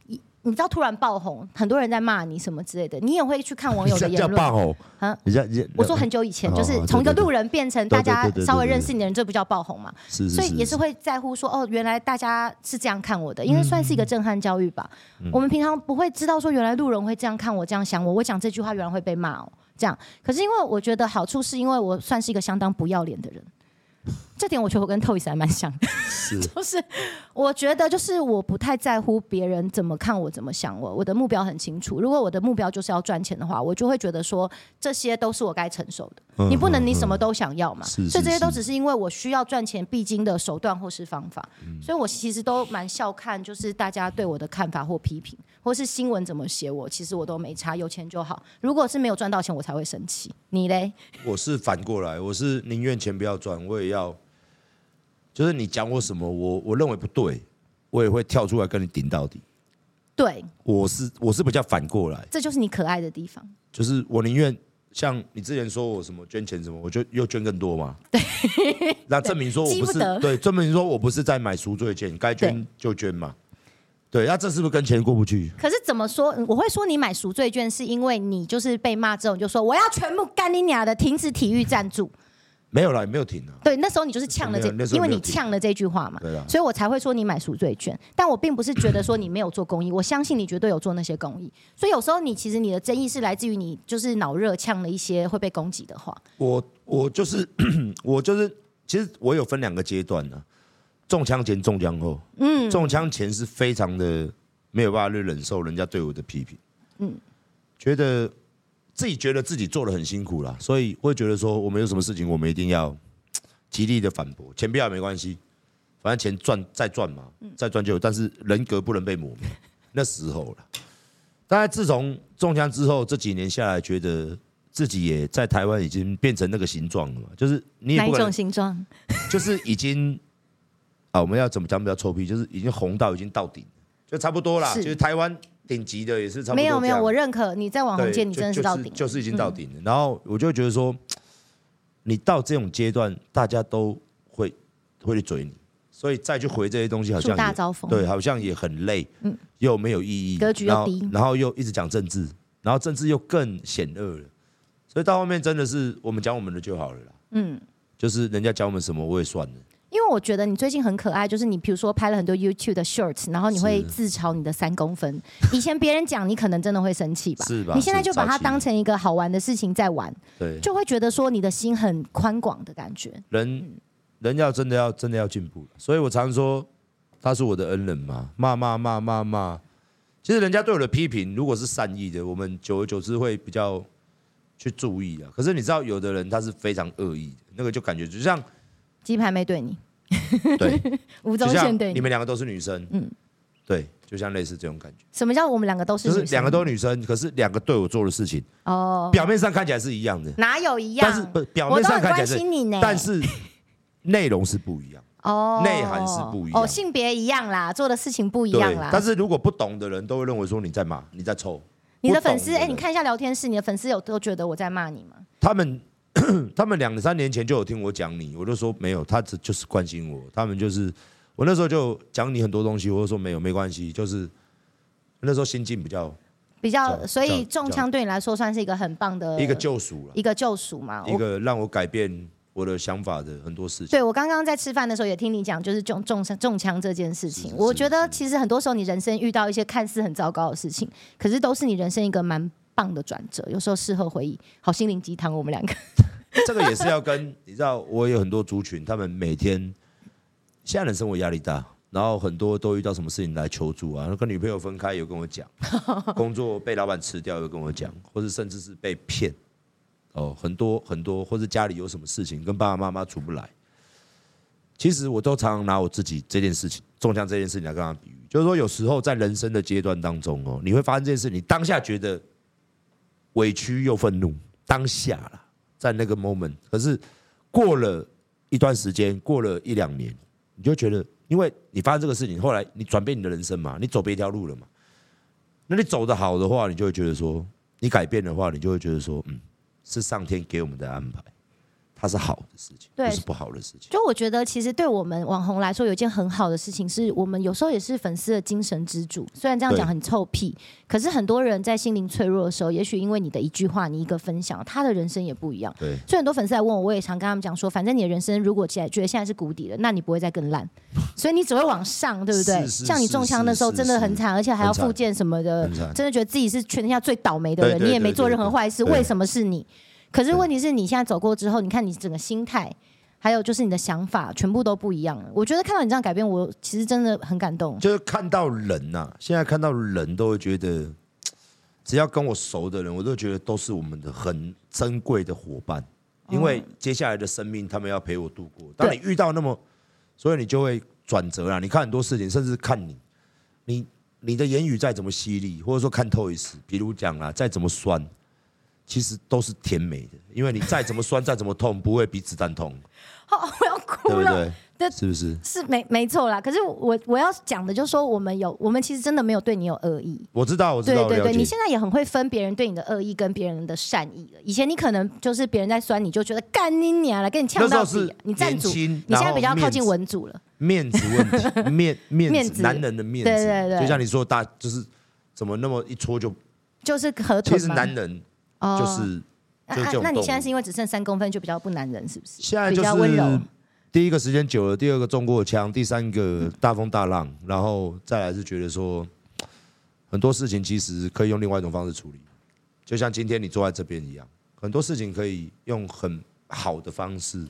S2: 你你知道突然爆红，很多人在骂你什么之类的，你也会去看网友的
S3: 这
S2: 言
S3: <laughs> 叫
S2: 论。
S3: 棒哦
S2: 啊！
S3: 你这样你这样
S2: 我说很久以前，
S3: 哦
S2: 就是
S3: 对
S2: 从一个
S3: 对对
S2: 路人变成大
S3: 对
S2: 家
S3: 对对对
S2: 稍微
S3: 对对
S2: 认识你的人，这不叫爆红嘛？
S3: 是
S2: 所以也是会在乎说，哦，原来大家是这样看我的，因为算是一个震撼教育吧。
S3: 嗯
S2: 我们平常不会知道说，原来路人会这样看我，这样想我，我讲这句话原来会被骂哦，这样。可是因为我觉得好处是因为我算是一个相当不要脸的人，这点我觉得我跟 Toys 还蛮像的， <laughs> 就是我觉得就是我不太在乎别人怎么看我怎么想我，我的目标很清楚。如果我的目标就是要赚钱的话，我就会觉得说这些都是我该承受的。你不能你什么都想要嘛，
S5: 嗯是
S2: 所以这些
S5: 是
S2: 都只是因为我需要赚钱必经的手段或是方法。
S5: 嗯
S2: 所以我其实都蛮笑看，就是大家对我的看法或批评，或是新闻怎么写我，其实我都没差，有钱就好。如果是没有赚到钱，我才会生气。你嘞？
S3: 我是反过来，我是宁愿钱不要赚，我也要，就是你讲我什么，我我认为不对，我也会跳出来跟你顶到底。
S2: 对，
S3: 我是我是比较反过来，
S2: 这就是你可爱的地方。
S3: 就是我宁愿像你之前说我什么捐钱什么，我就又捐更多嘛。对，那证明说我不
S2: 激
S3: 是
S2: 不得
S3: 对，证明说我不是在买赎罪券，该捐
S2: 对
S3: 就捐嘛。对，那这是不是跟钱过不去？
S2: 可是怎么说？嗯我会说你买赎罪券，是因为你就是被骂之后，你就说我要全部干你娘的，停止体育赞助。
S3: 没有啦，也没有停啊。
S2: 对，那时候你就是呛了这
S3: 没有那，时候
S2: 因为你
S3: 没有提
S2: 呛了这句话嘛
S3: 对啦，啊
S2: 所以我才会说你买赎罪券。但我并不是觉得说你没有做公益，我相信你绝对有做那些公益。所以有时候你其实你的争议是来自于你就是脑热呛了一些会被攻击的话。
S3: 我我就是 <clears throat> 我就是，其实我有分两个阶段呢、中枪前、中枪后。嗯，中枪前是非常的没有办法去忍受人家对我的批评，嗯，觉得自己觉得自己做的很辛苦啦，所以会觉得说我们有什么事情，我们一定要极力的反驳，钱不要也没关系，反正钱赚再赚嘛，
S2: 嗯
S3: 再赚就有，但是人格不能被磨
S2: <laughs>
S3: 灭，那时候了。大概自从中枪之后，这几年下来，觉得自己也在台湾已经变成那个形状了嘛，就是你也
S2: 哪
S3: 不
S2: 一
S3: 可能
S2: 种形状？
S3: 就是已经啊，我们要怎么讲比较臭屁？就是已经红到已经到顶，就差不多啦。
S2: 是
S3: 就是台湾顶级的也是差不多这
S2: 没有
S3: 样。
S2: 没有，我认可你在网红
S3: 对，
S2: 界，你真的
S3: 就是
S2: 到
S3: 就
S2: 顶嗯
S3: 是，，就是已经到顶了。然后我就会觉得说，你到这种阶段，大家都会会去追你，所以再去回这些东西，好像
S2: 树大
S3: 也
S2: 招风
S3: 对，好像也很累，嗯，又没有意义，
S2: 格局又
S3: 然后
S2: 低
S3: 然后又一直讲政治，然后政治又更险恶了，所以到后面真的是我们讲我们的就好了啦，
S2: 嗯。
S3: 就是人家讲我们什么我也算了，
S2: 因为我觉得你最近很可爱，就是你比如说拍了很多 YouTube 的 shorts，然后你会自嘲你的三公分。以前别人讲你可能真的会生气吧，
S3: 是吧
S2: 你现在就把它
S3: 是
S2: 当成一个好玩的事情在玩，
S3: 对，
S2: 就会觉得说你的心很宽广的感觉。
S3: 人人要真的要真的要进步，所以我常说他是我的恩人嘛，骂骂骂骂骂。其实人家对我的批评，如果是善意的，我们久而久之会比较去注意啊。可是你知道，有的人他是非常恶意的，那个就感觉
S2: <laughs>
S3: 就像
S2: 鸡排妹对你，
S3: 对，
S2: 吴宗
S3: <laughs> 就
S2: 宪
S3: 像
S2: 对
S3: 你
S2: 你，
S3: 们两个都是女生，嗯
S2: 嗯，
S3: 对，就像类似这种感觉，
S2: 什么叫我们两个都是
S3: 就
S2: 女
S3: 是
S2: 生？
S3: 两个都女生，可是两个对我做的事情，
S2: 哦，
S3: 表面上看起来是一样的，
S2: 哪有一样？
S3: 但是不表
S2: 我
S3: 面
S2: 都
S3: 上
S2: 很
S3: 看
S2: 关
S3: 起来是
S2: 心，你呢，
S3: 但是内容是不一样。
S2: 哦，
S3: 内涵是不一样
S2: 哦，性别一样啦，做的事情不一
S3: 对，
S2: 样啦。
S3: 但是如果不懂的人都会认为说你在骂，你在抽。
S2: 你的
S3: 不懂
S2: 粉丝，哎、
S3: 人
S2: 你，看一下聊天室，你的粉丝有都觉得我在骂你吗？
S3: 他们 <coughs> 他们两三年前就有听我讲你，我就说没有，他只就是关心我，他们就是我那时候就讲你很多东西，我就说没有，没关系，就是那时候心境比较
S2: 比
S3: 这
S2: 较，
S3: 样
S2: 所
S3: 这
S2: 以
S3: 样
S2: 中
S3: 这样
S2: 枪对你来说算是一个很棒的
S3: 一个救赎了，
S2: 一个救赎嘛。
S3: 一
S2: 我
S3: 个让我改变我的想法的很多事情。
S2: 对我刚刚在吃饭的时候也听你讲，就是中中伤中枪这件事情
S3: 是，是
S2: 我
S3: 是
S2: 觉得其实很多时候你人生遇到一些看似很糟糕的事情，可是都是你人生一个蛮棒的转折，有时候事后回忆，好心灵鸡汤。我们两个 <laughs>
S3: 这个也是要跟你知道，我有很多族群，他们每天现在人生活压力大，然后很多都遇到什么事情来求助啊，然后跟女朋友分开有跟我讲，工作被老板辞掉有跟我讲，或是甚至是被骗，哦，很多很多，或是家里有什么事情跟爸爸妈妈处不来。其实我都常常拿我自己这件事情中枪这件事情来跟他比喻，就是说有时候在人生的阶段当中哦，你会发现这件事，你当下觉得委屈又愤怒，当下啦，在那个 moment，可是过了一段时间，过了一两年，你就觉得，因为你发生这个事情，后来你转变你的人生嘛，你走别条路了嘛，那你走的好的话，你就会觉得说，嗯你改变的话，你就会觉得说，嗯，是上天给我们的安排，它是好的事情，
S2: 对
S3: 不是不好的事情。
S2: 就我觉得，其实对我们网红来说，有一件很好的事情，是我们有时候也是粉丝的精神支柱。虽然这样
S3: 对
S2: 讲很臭屁，可是很多人在心灵脆弱的时候，也许因为你的一句话，你一个分享，他的人生也不一样。
S3: 对，
S2: 所以很多粉丝来问我，我也常跟他们讲说，反正你的人生如果现在觉得现在是谷底了，那你不会再更
S3: <laughs>
S2: 烂，所以你只会往上，对不对？
S3: 是是
S2: 像你
S3: 是
S2: 中枪的时候
S3: 是
S2: 真的很惨，而且还要
S3: 很惨
S2: 复健什么的
S3: 很惨，
S2: 真的觉得自己是全天下最倒霉的
S3: 对
S2: 人，
S3: 对
S2: 你也没
S3: 对
S2: 做
S3: 对
S2: 任何
S3: 对
S2: 坏事，
S3: 对
S2: 为什么是你？可是问题是你现在走过之后，你看你整个心态，还有就是你的想法，全部都不一样了。我觉得看到你这样改变，我其实真的很感动。
S3: 就是看到人呐、现在看到人都会觉得，只要跟我熟的人，我都觉得都是我们的很珍贵的伙伴，
S2: 嗯
S3: 因为接下来的生命他们要陪我度过。当你遇到那么，所以你就会转折啊啦。你看很多事情，甚至看你，你你的言语再怎么犀利，或者说看透一丝，比如讲啦，再怎么酸，其实都是甜美的，因为你再怎么酸，再怎么痛，不会比子弹
S2: <laughs>
S3: 痛，
S2: 哦， <laughs> 我要
S3: 对
S2: 哭
S3: 不
S2: 了。
S3: 对？
S2: 对
S3: 是不是？
S2: 是没没错啦，可是我我要讲的就是说，我们有我们其实真的没有对你有恶意，
S3: 我知道，我知
S2: 对
S3: 道，我
S2: 对
S3: 了
S2: 对，你
S3: 解。
S2: 现在也很会分别人对你的恶意跟别人的善意了。以前你可能就是别人在酸你，就觉得干你娘了，跟你呛
S3: 那时
S2: 到
S3: 候
S2: 底
S3: 是
S2: 啊，你站组，
S3: 年轻
S2: 你现
S3: 然
S2: 在
S3: 后
S2: 比较靠近
S3: 面子
S2: 文组了。
S3: 面子
S2: <laughs>
S3: 问题，面面子
S2: 面子
S3: 男人的面子，
S2: 对对对
S3: 就像你说，大就是怎么那么一戳就，
S2: 就是合同
S3: 其实男人
S2: 哦
S3: 就是、
S2: 那
S3: 就是这
S2: 那
S3: 种
S2: 那你
S3: 动
S2: 现在
S3: 物
S2: 是因为只剩三公分就比较不男人，是不是？
S3: 现在
S2: 比
S3: 就
S2: 较温柔
S3: 是。第一个时间久了，第二个中过枪，第三个大风大浪，然后再来是觉得说很多事情其实可以用另外一种方式处理，就像今天你坐在这边一样，很多事情可以用很好的方式，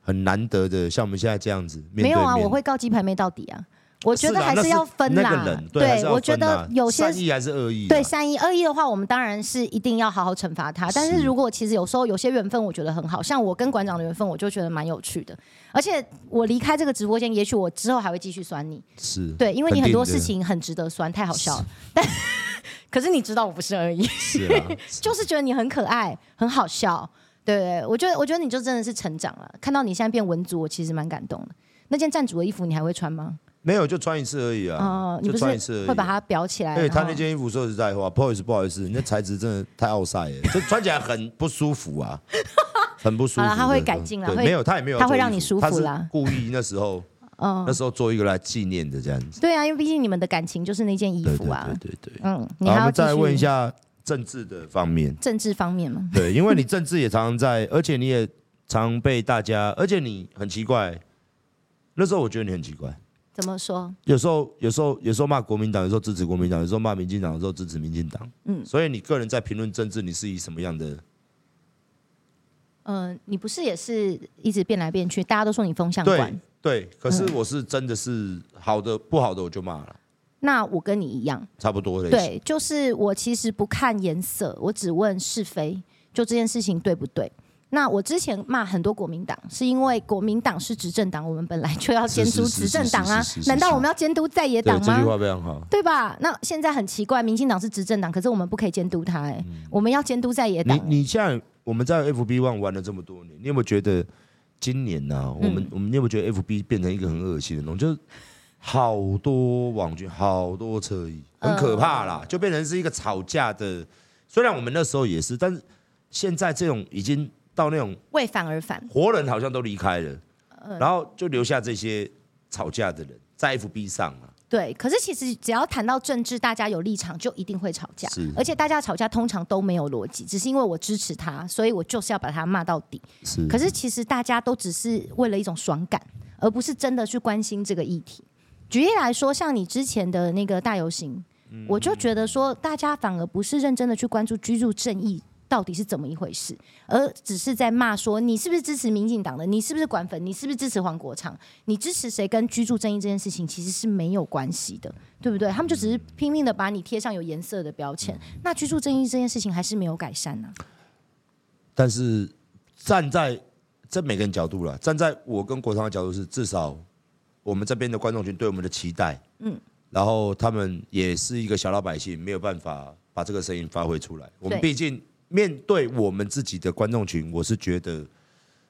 S3: 很难得的，像我们现在这样子面对
S2: 没
S3: 面。
S2: 有啊，我会告鸡排妹到底啊。我觉得
S3: 啦
S2: 还
S3: 那是
S2: 要分啦，
S3: 那个人
S2: 对
S3: 还是要
S2: 我觉
S3: 分啦
S2: 得有些
S3: 善意还是恶意啊，
S2: 对善意恶意的话，我们当然是一定要好好惩罚他。但是如果其实有时候有些缘分，我觉得很好，像我跟馆长的缘分，我就觉得蛮有趣的。而且我离开这个直播间，也许我之后还会继续酸你，
S3: 是，
S2: 对，因为你
S3: 肯
S2: 很
S3: 定
S2: 多
S3: 的
S2: 事情很值得酸，太好笑了。但 <laughs> 可是你知道我不是而已，
S3: 是啊，
S2: 就是觉得你很可爱，很好笑。对对，对我觉得我觉得你就真的是成长了。看到你现在变文族，我其实蛮感动的。那件站主的衣服你还会穿吗？
S3: 没有就穿一次而已啊
S2: 哦，，你
S3: 嗯就
S2: 不是
S3: 穿一次而已。
S2: 会把它哦裱起来？
S3: 而且他
S2: 然后
S3: 那件衣服说实在话，不好意思，不好意思，你那材质真的太奥赛了，就穿起来很不舒服啊，很不舒服。
S2: 好啦他会
S3: 真的
S2: 改进啦
S3: 对
S2: 会
S3: 没有他也没有，
S2: 他会让你舒服
S3: 他是
S2: 啦
S3: 故意那时候那
S2: 嗯，
S3: 时候做一个来纪念的这样子。
S2: 对啊，因为毕竟你们的感情就是那件衣
S3: 对对
S2: 服啊。
S3: 对对对。
S2: 嗯，你
S3: 好，
S2: 还
S3: 我
S2: 要
S3: 们
S2: 继
S3: 再
S2: 续
S3: 来问一下政治的方面，
S2: 政治方面吗？
S3: 对，因为你政治也常常在，而且你也常被大家，而且你很奇怪，那时候我觉得你很奇怪。
S2: 怎么说？
S3: 有时候，有时候，有时候骂国民党，有时候支持国民党，有时候骂民进党，有时候支持民进党。嗯，所以你个人在评论政治，你是以什么样的？
S2: 嗯、你不是也是一直变来变去，大家都说你风向
S3: 对
S2: 管。
S3: 对，可是我是真的是好的不好的我就骂了，
S2: 那我跟你一样，
S3: 差不多类型。
S2: 对，就是我其实不看颜色，我只问是非，就这件事情对不对？那我之前骂很多国民党，是因为国民党是执政党，我们本来就要监督
S3: 是是是
S2: 执政党啊
S3: 是是是是，是
S2: 难道我们要监督在野
S3: 对
S2: 党
S3: 这句
S2: 吗？
S3: 话非常好。
S2: 对吧？那现在很奇怪，民进党是执政党，可是我们不可以监督他、哎、我们要监督在野党
S3: 嗯你。你现在我们在 FB One 玩了这么多年，你有没有觉得今年呢、啊？我们、我们你有没有觉得 FB 变成一个很恶心的东西？就是好多网军，好多侧翼，很可怕啦，就变成是一个吵架的。虽然我们那时候也是，但是现在这种已经到那种
S2: 为反而反，
S3: 活人好像都离开了，然后就留下这些吵架的人在 FB 上啊。
S2: 对。可是其实只要谈到政治，大家有立场就一定会吵架
S3: 是，
S2: 而且大家吵架通常都没有逻辑，只是因为我支持他，所以我就是要把他骂到底。
S3: 是
S2: 可是其实大家都只是为了一种爽感，而不是真的去关心这个议题。举例来说，像你之前的那个大游行，我就觉得说，大家反而不是认真的去关注居住正义到底是怎么一回事，而只是在骂说你是不是支持民进党的，你是不是管粉，你是不是支持黄国昌，你支持谁跟居住正义这件事情其实是没有关系的，对不对？他们就只是拼命的把你贴上有颜色的标签，那居住正义这件事情还是没有改善啊呢、
S3: 但是站在这每个人角度啦，站在我跟国昌的角度是，至少我们这边的观众群对我们的期待，嗯，然后他们也是一个小老百姓，没有办法把这个声音发挥出来。我们毕竟面对我们自己的观众群，我是觉得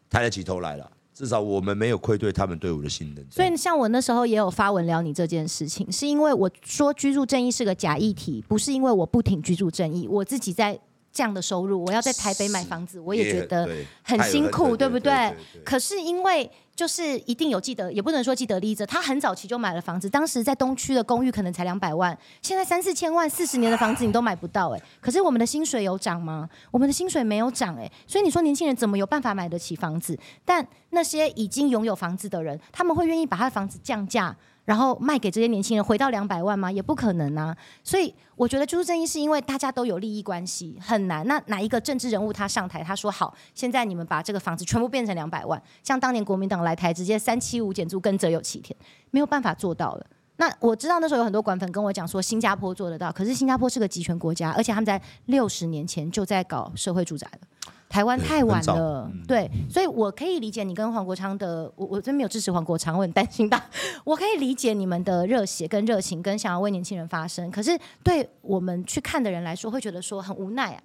S3: 抬得起头来了，至少我们没有愧对他们对我的信任。
S2: 所以像我那时候也有发文聊你这件事情，是因为我说居住正义是个假议题，不是因为我不挺居住正义，我自己在这样的收入，我要在台北买房子，我也觉得
S3: 对
S2: 很辛苦，
S3: 太
S2: 对
S3: 有
S2: 不
S3: 很
S2: 对？
S3: 对
S2: 可是因为就是一定有既得，也不能说既得利益者，他很早期就买了房子，当时在东区的公寓可能才两百万，现在三四千万，四十年的房子你都买不到哎、可是我们的薪水有涨吗？我们的薪水没有涨哎、所以你说年轻人怎么有办法买得起房子？但那些已经拥有房子的人，他们会愿意把他的房子降价，然后卖给这些年轻人回到两百万吗？也不可能啊。所以我觉得居住正义是因为大家都有利益关系，很难。那哪一个政治人物他上台，他说好，现在你们把这个房子全部变成两百万，像当年国民党来台直接三七五减租跟择有其田，没有办法做到了。那我知道那时候有很多管粉跟我讲说新加坡做得到，可是新加坡是个集权国家，而且他们在六十年前就在搞社会住宅了。台湾太晚
S3: 很早
S2: 了，对，所以我可以理解你跟黄国昌的，我我真没有支持黄国昌，我很担心他， <laughs> 我可以理解你们的热血跟热情，跟想要为年轻人发声。可是对我们去看的人来说，会觉得说很无奈啊，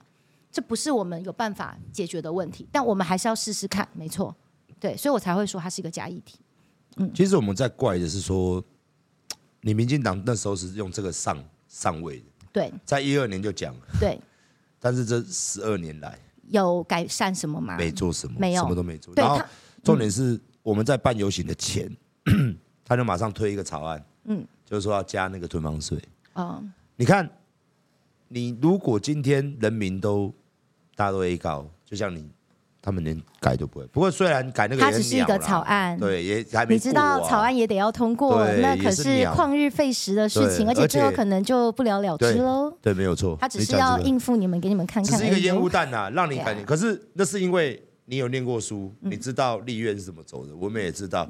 S2: 这不是我们有办法解决的问题，但我们还是要试试看，没错。对，所以我才会说它是一个假议题。
S3: 其实我们在怪的是说，你民进党那时候是用这个上上位的，
S2: 对
S3: 在一二年就讲了。
S2: 对，
S3: 但是这十二年来
S2: 有改善什么吗？
S3: 没做什么，
S2: 没有
S3: 什么都没做。
S2: 对
S3: 然后
S2: 他嗯
S3: 重点是我们在办游行的前， <clears throat> 他就马上推一个草案，嗯，就是说要加那个囤房税。
S2: 嗯，
S3: 你看，你如果今天人民都大家都 A 高，就像你，他们连改都不会。不过虽然改那个
S2: 它
S3: 也很
S2: 只是一个
S3: 鸟啦
S2: 草案
S3: 对，也还没
S2: 你知道
S3: 过啊
S2: 草案也得要通过，
S3: 对
S2: 那
S3: 也
S2: 可
S3: 是
S2: 是
S3: 鸟
S2: 旷日费时的事情，
S3: 对
S2: 而且最
S3: 而
S2: 后
S3: 且
S2: 可能就不了了之
S3: 对
S2: 喽。
S3: 对，没有错。
S2: 他只
S3: 你
S2: 是
S3: 讲
S2: 要
S3: 这个
S2: 应付你们，给你们看
S3: 只
S2: 看。
S3: 是一个
S2: 而已
S3: 烟雾
S2: 哦
S3: 弹呐、
S2: <laughs>
S3: 让你感觉。
S2: 对啊嗯
S3: 可是那是因为你有念过书，你知道立院是怎么走的，我们也知道。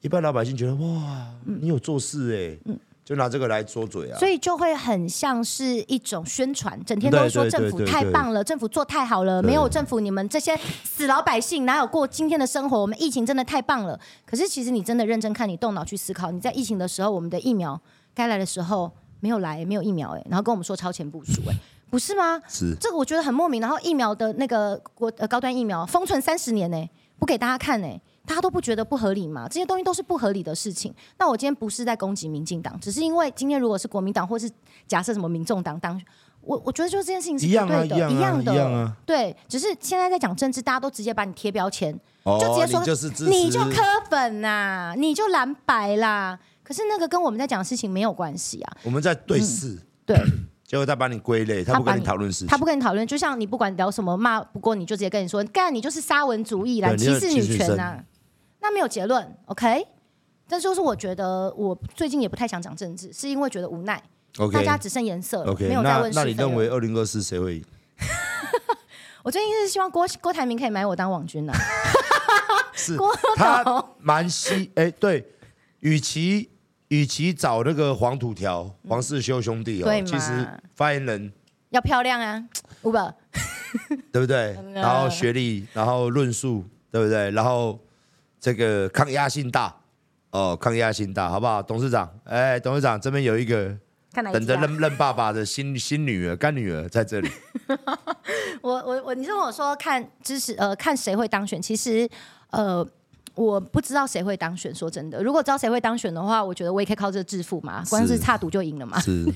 S3: 一般老百姓觉得哇，你有做事哎、就拿这个来说嘴
S2: 嗯
S3: 啊。
S2: 所以就会很像是一种宣传，整天都说
S3: 对对
S2: 政府
S3: 对对
S2: 太
S3: 对
S2: 棒了，政府做太好了，
S3: 对
S2: 没有政府你们这些死老百姓哪有过今天的生活？我们疫情真的太棒了。可是其实你真的认真看，你动脑去思考，你在疫情的时候，我们的疫苗该来的时候没有来，没有疫苗哎、然后跟我们说超前部署哎、不是吗？
S3: 是
S2: 这个欸我觉得很莫名。然后疫苗的那个国呃高端疫苗封存三十年呢、不给大家看呢、大家都不觉得不合理吗？这些东西都是不合理的事情。那我今天不是在攻击民进党，只是因为今天如果是国民党或是假设什么民众党当，我我觉得就是这件事情是
S3: 一样
S2: 不
S3: 啊
S2: 对
S3: 一
S2: 的，
S3: 样啊
S2: 的，
S3: 一样啊
S2: 对。只是现在在讲政治，大家都直接把你贴标签，
S3: 哦
S2: 就直接说
S3: 你就是支持
S2: 你就科粉呐、你就蓝白啦。可是那个跟我们在讲的事情没有关系啊，
S3: 我们在对视，
S2: 嗯对。
S3: 结果他把你归类，他不
S2: 把
S3: 跟你讨论事情，
S2: 他不跟你讨论，就像你不管聊什么骂不过，你就直接跟你说，干你就是沙文主义啦，
S3: 对你
S2: 歧
S3: 就是
S2: 视
S3: 歧
S2: 女
S3: 视
S2: 权
S3: 生
S2: 啊，那没有结论，OK？但就是我觉得我最近也不太想讲政治，是因为觉得无奈
S3: OK
S2: 大家只剩颜色了
S3: OK，
S2: 没有再
S3: 那
S2: 问是
S3: 那
S2: 非
S3: 你
S2: 了。
S3: 认为二零二四谁会赢？
S2: 我最近是希望郭郭台铭可以买我当网
S3: <laughs>
S2: 军啊，
S3: 是
S2: 郭
S3: 他
S2: 董
S3: 蛮稀哎，对，与其与其找那个黄土条、黄世修兄弟
S2: 嗯对
S3: 哦，
S2: 嘛
S3: 其实发言人
S2: 要漂亮啊，五百
S3: 对不对？
S2: 嗯
S3: 然后学历，然后论述，对不对？然后这个抗压性大哦，抗压性大，好不好？董事长，哎，董事长这边有一个
S2: 看哪一
S3: 等
S2: 集
S3: 着
S2: 啊？
S3: 认认爸爸的新新女儿、干女儿
S2: <laughs>
S3: 在这里。
S2: 我我我，你跟我说看支持呃看谁会当选，其实呃我不知道谁会当选。说真的，如果知道谁会当选的话，我觉得我也可以靠这致富嘛，光是差赌就赢了嘛。
S3: 是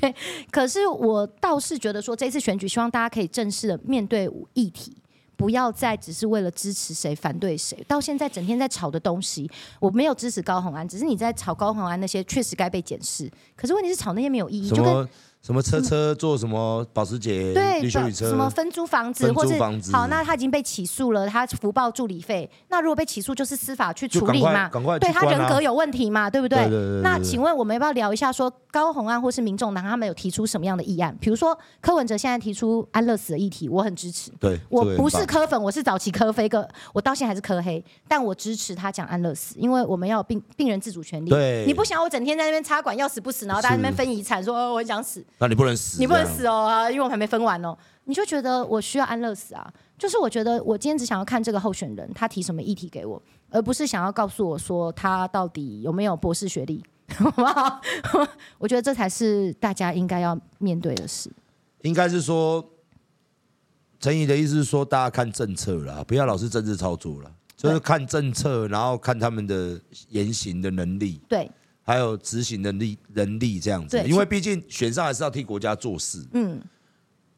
S2: 可是我倒是觉得说这次选举，希望大家可以正式的面对议题。不要再只是为了支持谁反对谁，到现在整天在吵的东西，我没有支持高虹安，只是你在吵高虹安那些确实该被检视。可是问题是吵那些没有意义，
S3: 什
S2: 就跟
S3: 么什么车车做什么保时捷、
S2: 对，
S3: 绿修理车
S2: 什么分租房子，
S3: 分
S2: 或
S3: 租
S2: 是
S3: 房子
S2: 好，那他已经被起诉了，他福报助理费。那如果被起诉，就是司法去
S3: 就
S2: 处
S3: 赶
S2: 理
S3: 快
S2: 嘛，
S3: 赶快去
S2: 对他
S3: 关啊
S2: 人格有问题嘛，对不对？
S3: 对对对对
S2: 那
S3: 对
S2: 请问我们要不要聊一下，说高红安或是民众党他们有提出什么样的议案？比如说柯文哲现在提出安乐死的议题，我很支持。
S3: 对，
S2: 我
S3: 这个很
S2: 不是
S3: 棒
S2: 柯粉，我是早期柯非个，我到现在还是柯黑，但我支持他讲安乐死，因为我们要有病病人自主权利。
S3: 对
S2: 你不想我整天在那边插管要死不死，然后大家在那边分遗产，说、哦、我很想死，
S3: 那你不能死，
S2: 你不能
S3: 这样
S2: 死哦、啊，因为我还没分完哦。你就觉得我需要安乐死啊？就是我觉得我今天只想要看这个候选人他提什么议题给我，而不是想要告诉我说他到底有没有博士学历， <laughs> 好不好？我觉得这才是大家应该要面对的事。
S3: 应该是说，陈怡的意思是说，大家看政策啦，不要老是政治操作啦，就是
S2: 对
S3: 看政策，然后看他们的言行的能力，
S2: 对，
S3: 还有执行能力能力这样子。
S2: 对
S3: 因为毕竟选上还是要替国家做事。
S2: 嗯，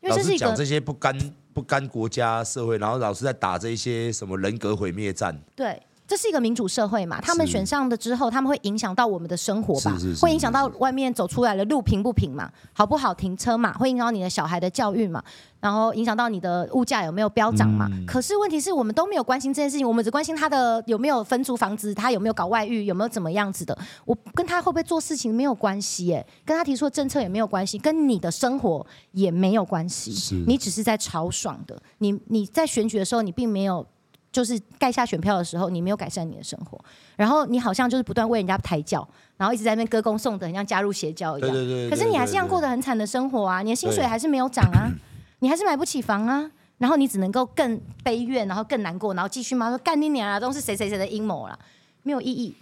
S2: 因为
S3: 老
S2: 这是
S3: 是
S2: 一
S3: 讲这
S2: 个
S3: 些不甘不甘国家社会，然后老是在打这一些什么人格毁灭战，
S2: 对。这是一个民主社会嘛，他们
S3: 是
S2: 选上的之后，他们会影响到我们的生活吧，
S3: 是是是
S2: 会影响到外面走出来的路平不平嘛，好不好停车嘛，会影响到你的小孩的教育嘛，然后影响到你的物价有没有飙涨嘛。
S3: 嗯
S2: 可是问题是我们都没有关心这件事情，我们只关心他的有没有分租房子，他有没有搞外遇，有没有怎么样子的。我跟他会不会做事情没有关系，耶，跟他提出的政策也没有关系，跟你的生活也没有关系。你只是在吵爽的，你你在选举的时候，你并没有。就是盖下选票的时候，你没有改善你的生活，然后你好像就是不断为人家抬轿，然后一直在那边歌功颂德，很像加入邪教一样。
S3: 对对对对
S2: 可是你还是一样过得很惨的生活啊，你的薪水还是没有涨啊，你还是买不起房啊，然后你只能够更悲怨，然后更难过，然后继续骂说干你娘啊，都是谁谁谁的阴谋啦，没有意义。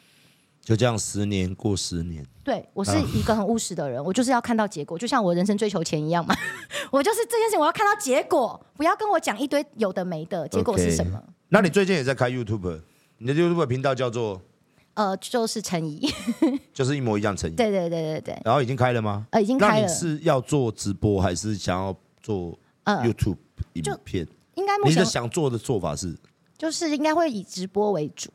S3: 就这样十年过十年，
S2: 对我
S3: 啊
S2: 是一个很务实的人，我就是要看到结果，就像我人生追求钱一样嘛。 <laughs> 我就是这件事情，我要看到结果，不要跟我讲一堆有的没的，结果是什么？
S3: 那你最近也在开 YouTube，你的 YouTube 频道叫做
S2: 呃，就是陈怡， <laughs>
S3: 就是一模一样成瘾，
S2: 对对对对对，
S3: 然后已经开了吗？
S2: 呃，已经
S3: 那
S2: 开
S3: 你
S2: 了，
S3: 是要做直播还是想要做
S2: 呃，
S3: YouTube 影
S2: 就
S3: 片？
S2: 应该目
S3: 你
S2: 前
S3: 的想做的做法是，
S2: 就是应该会以直播为主，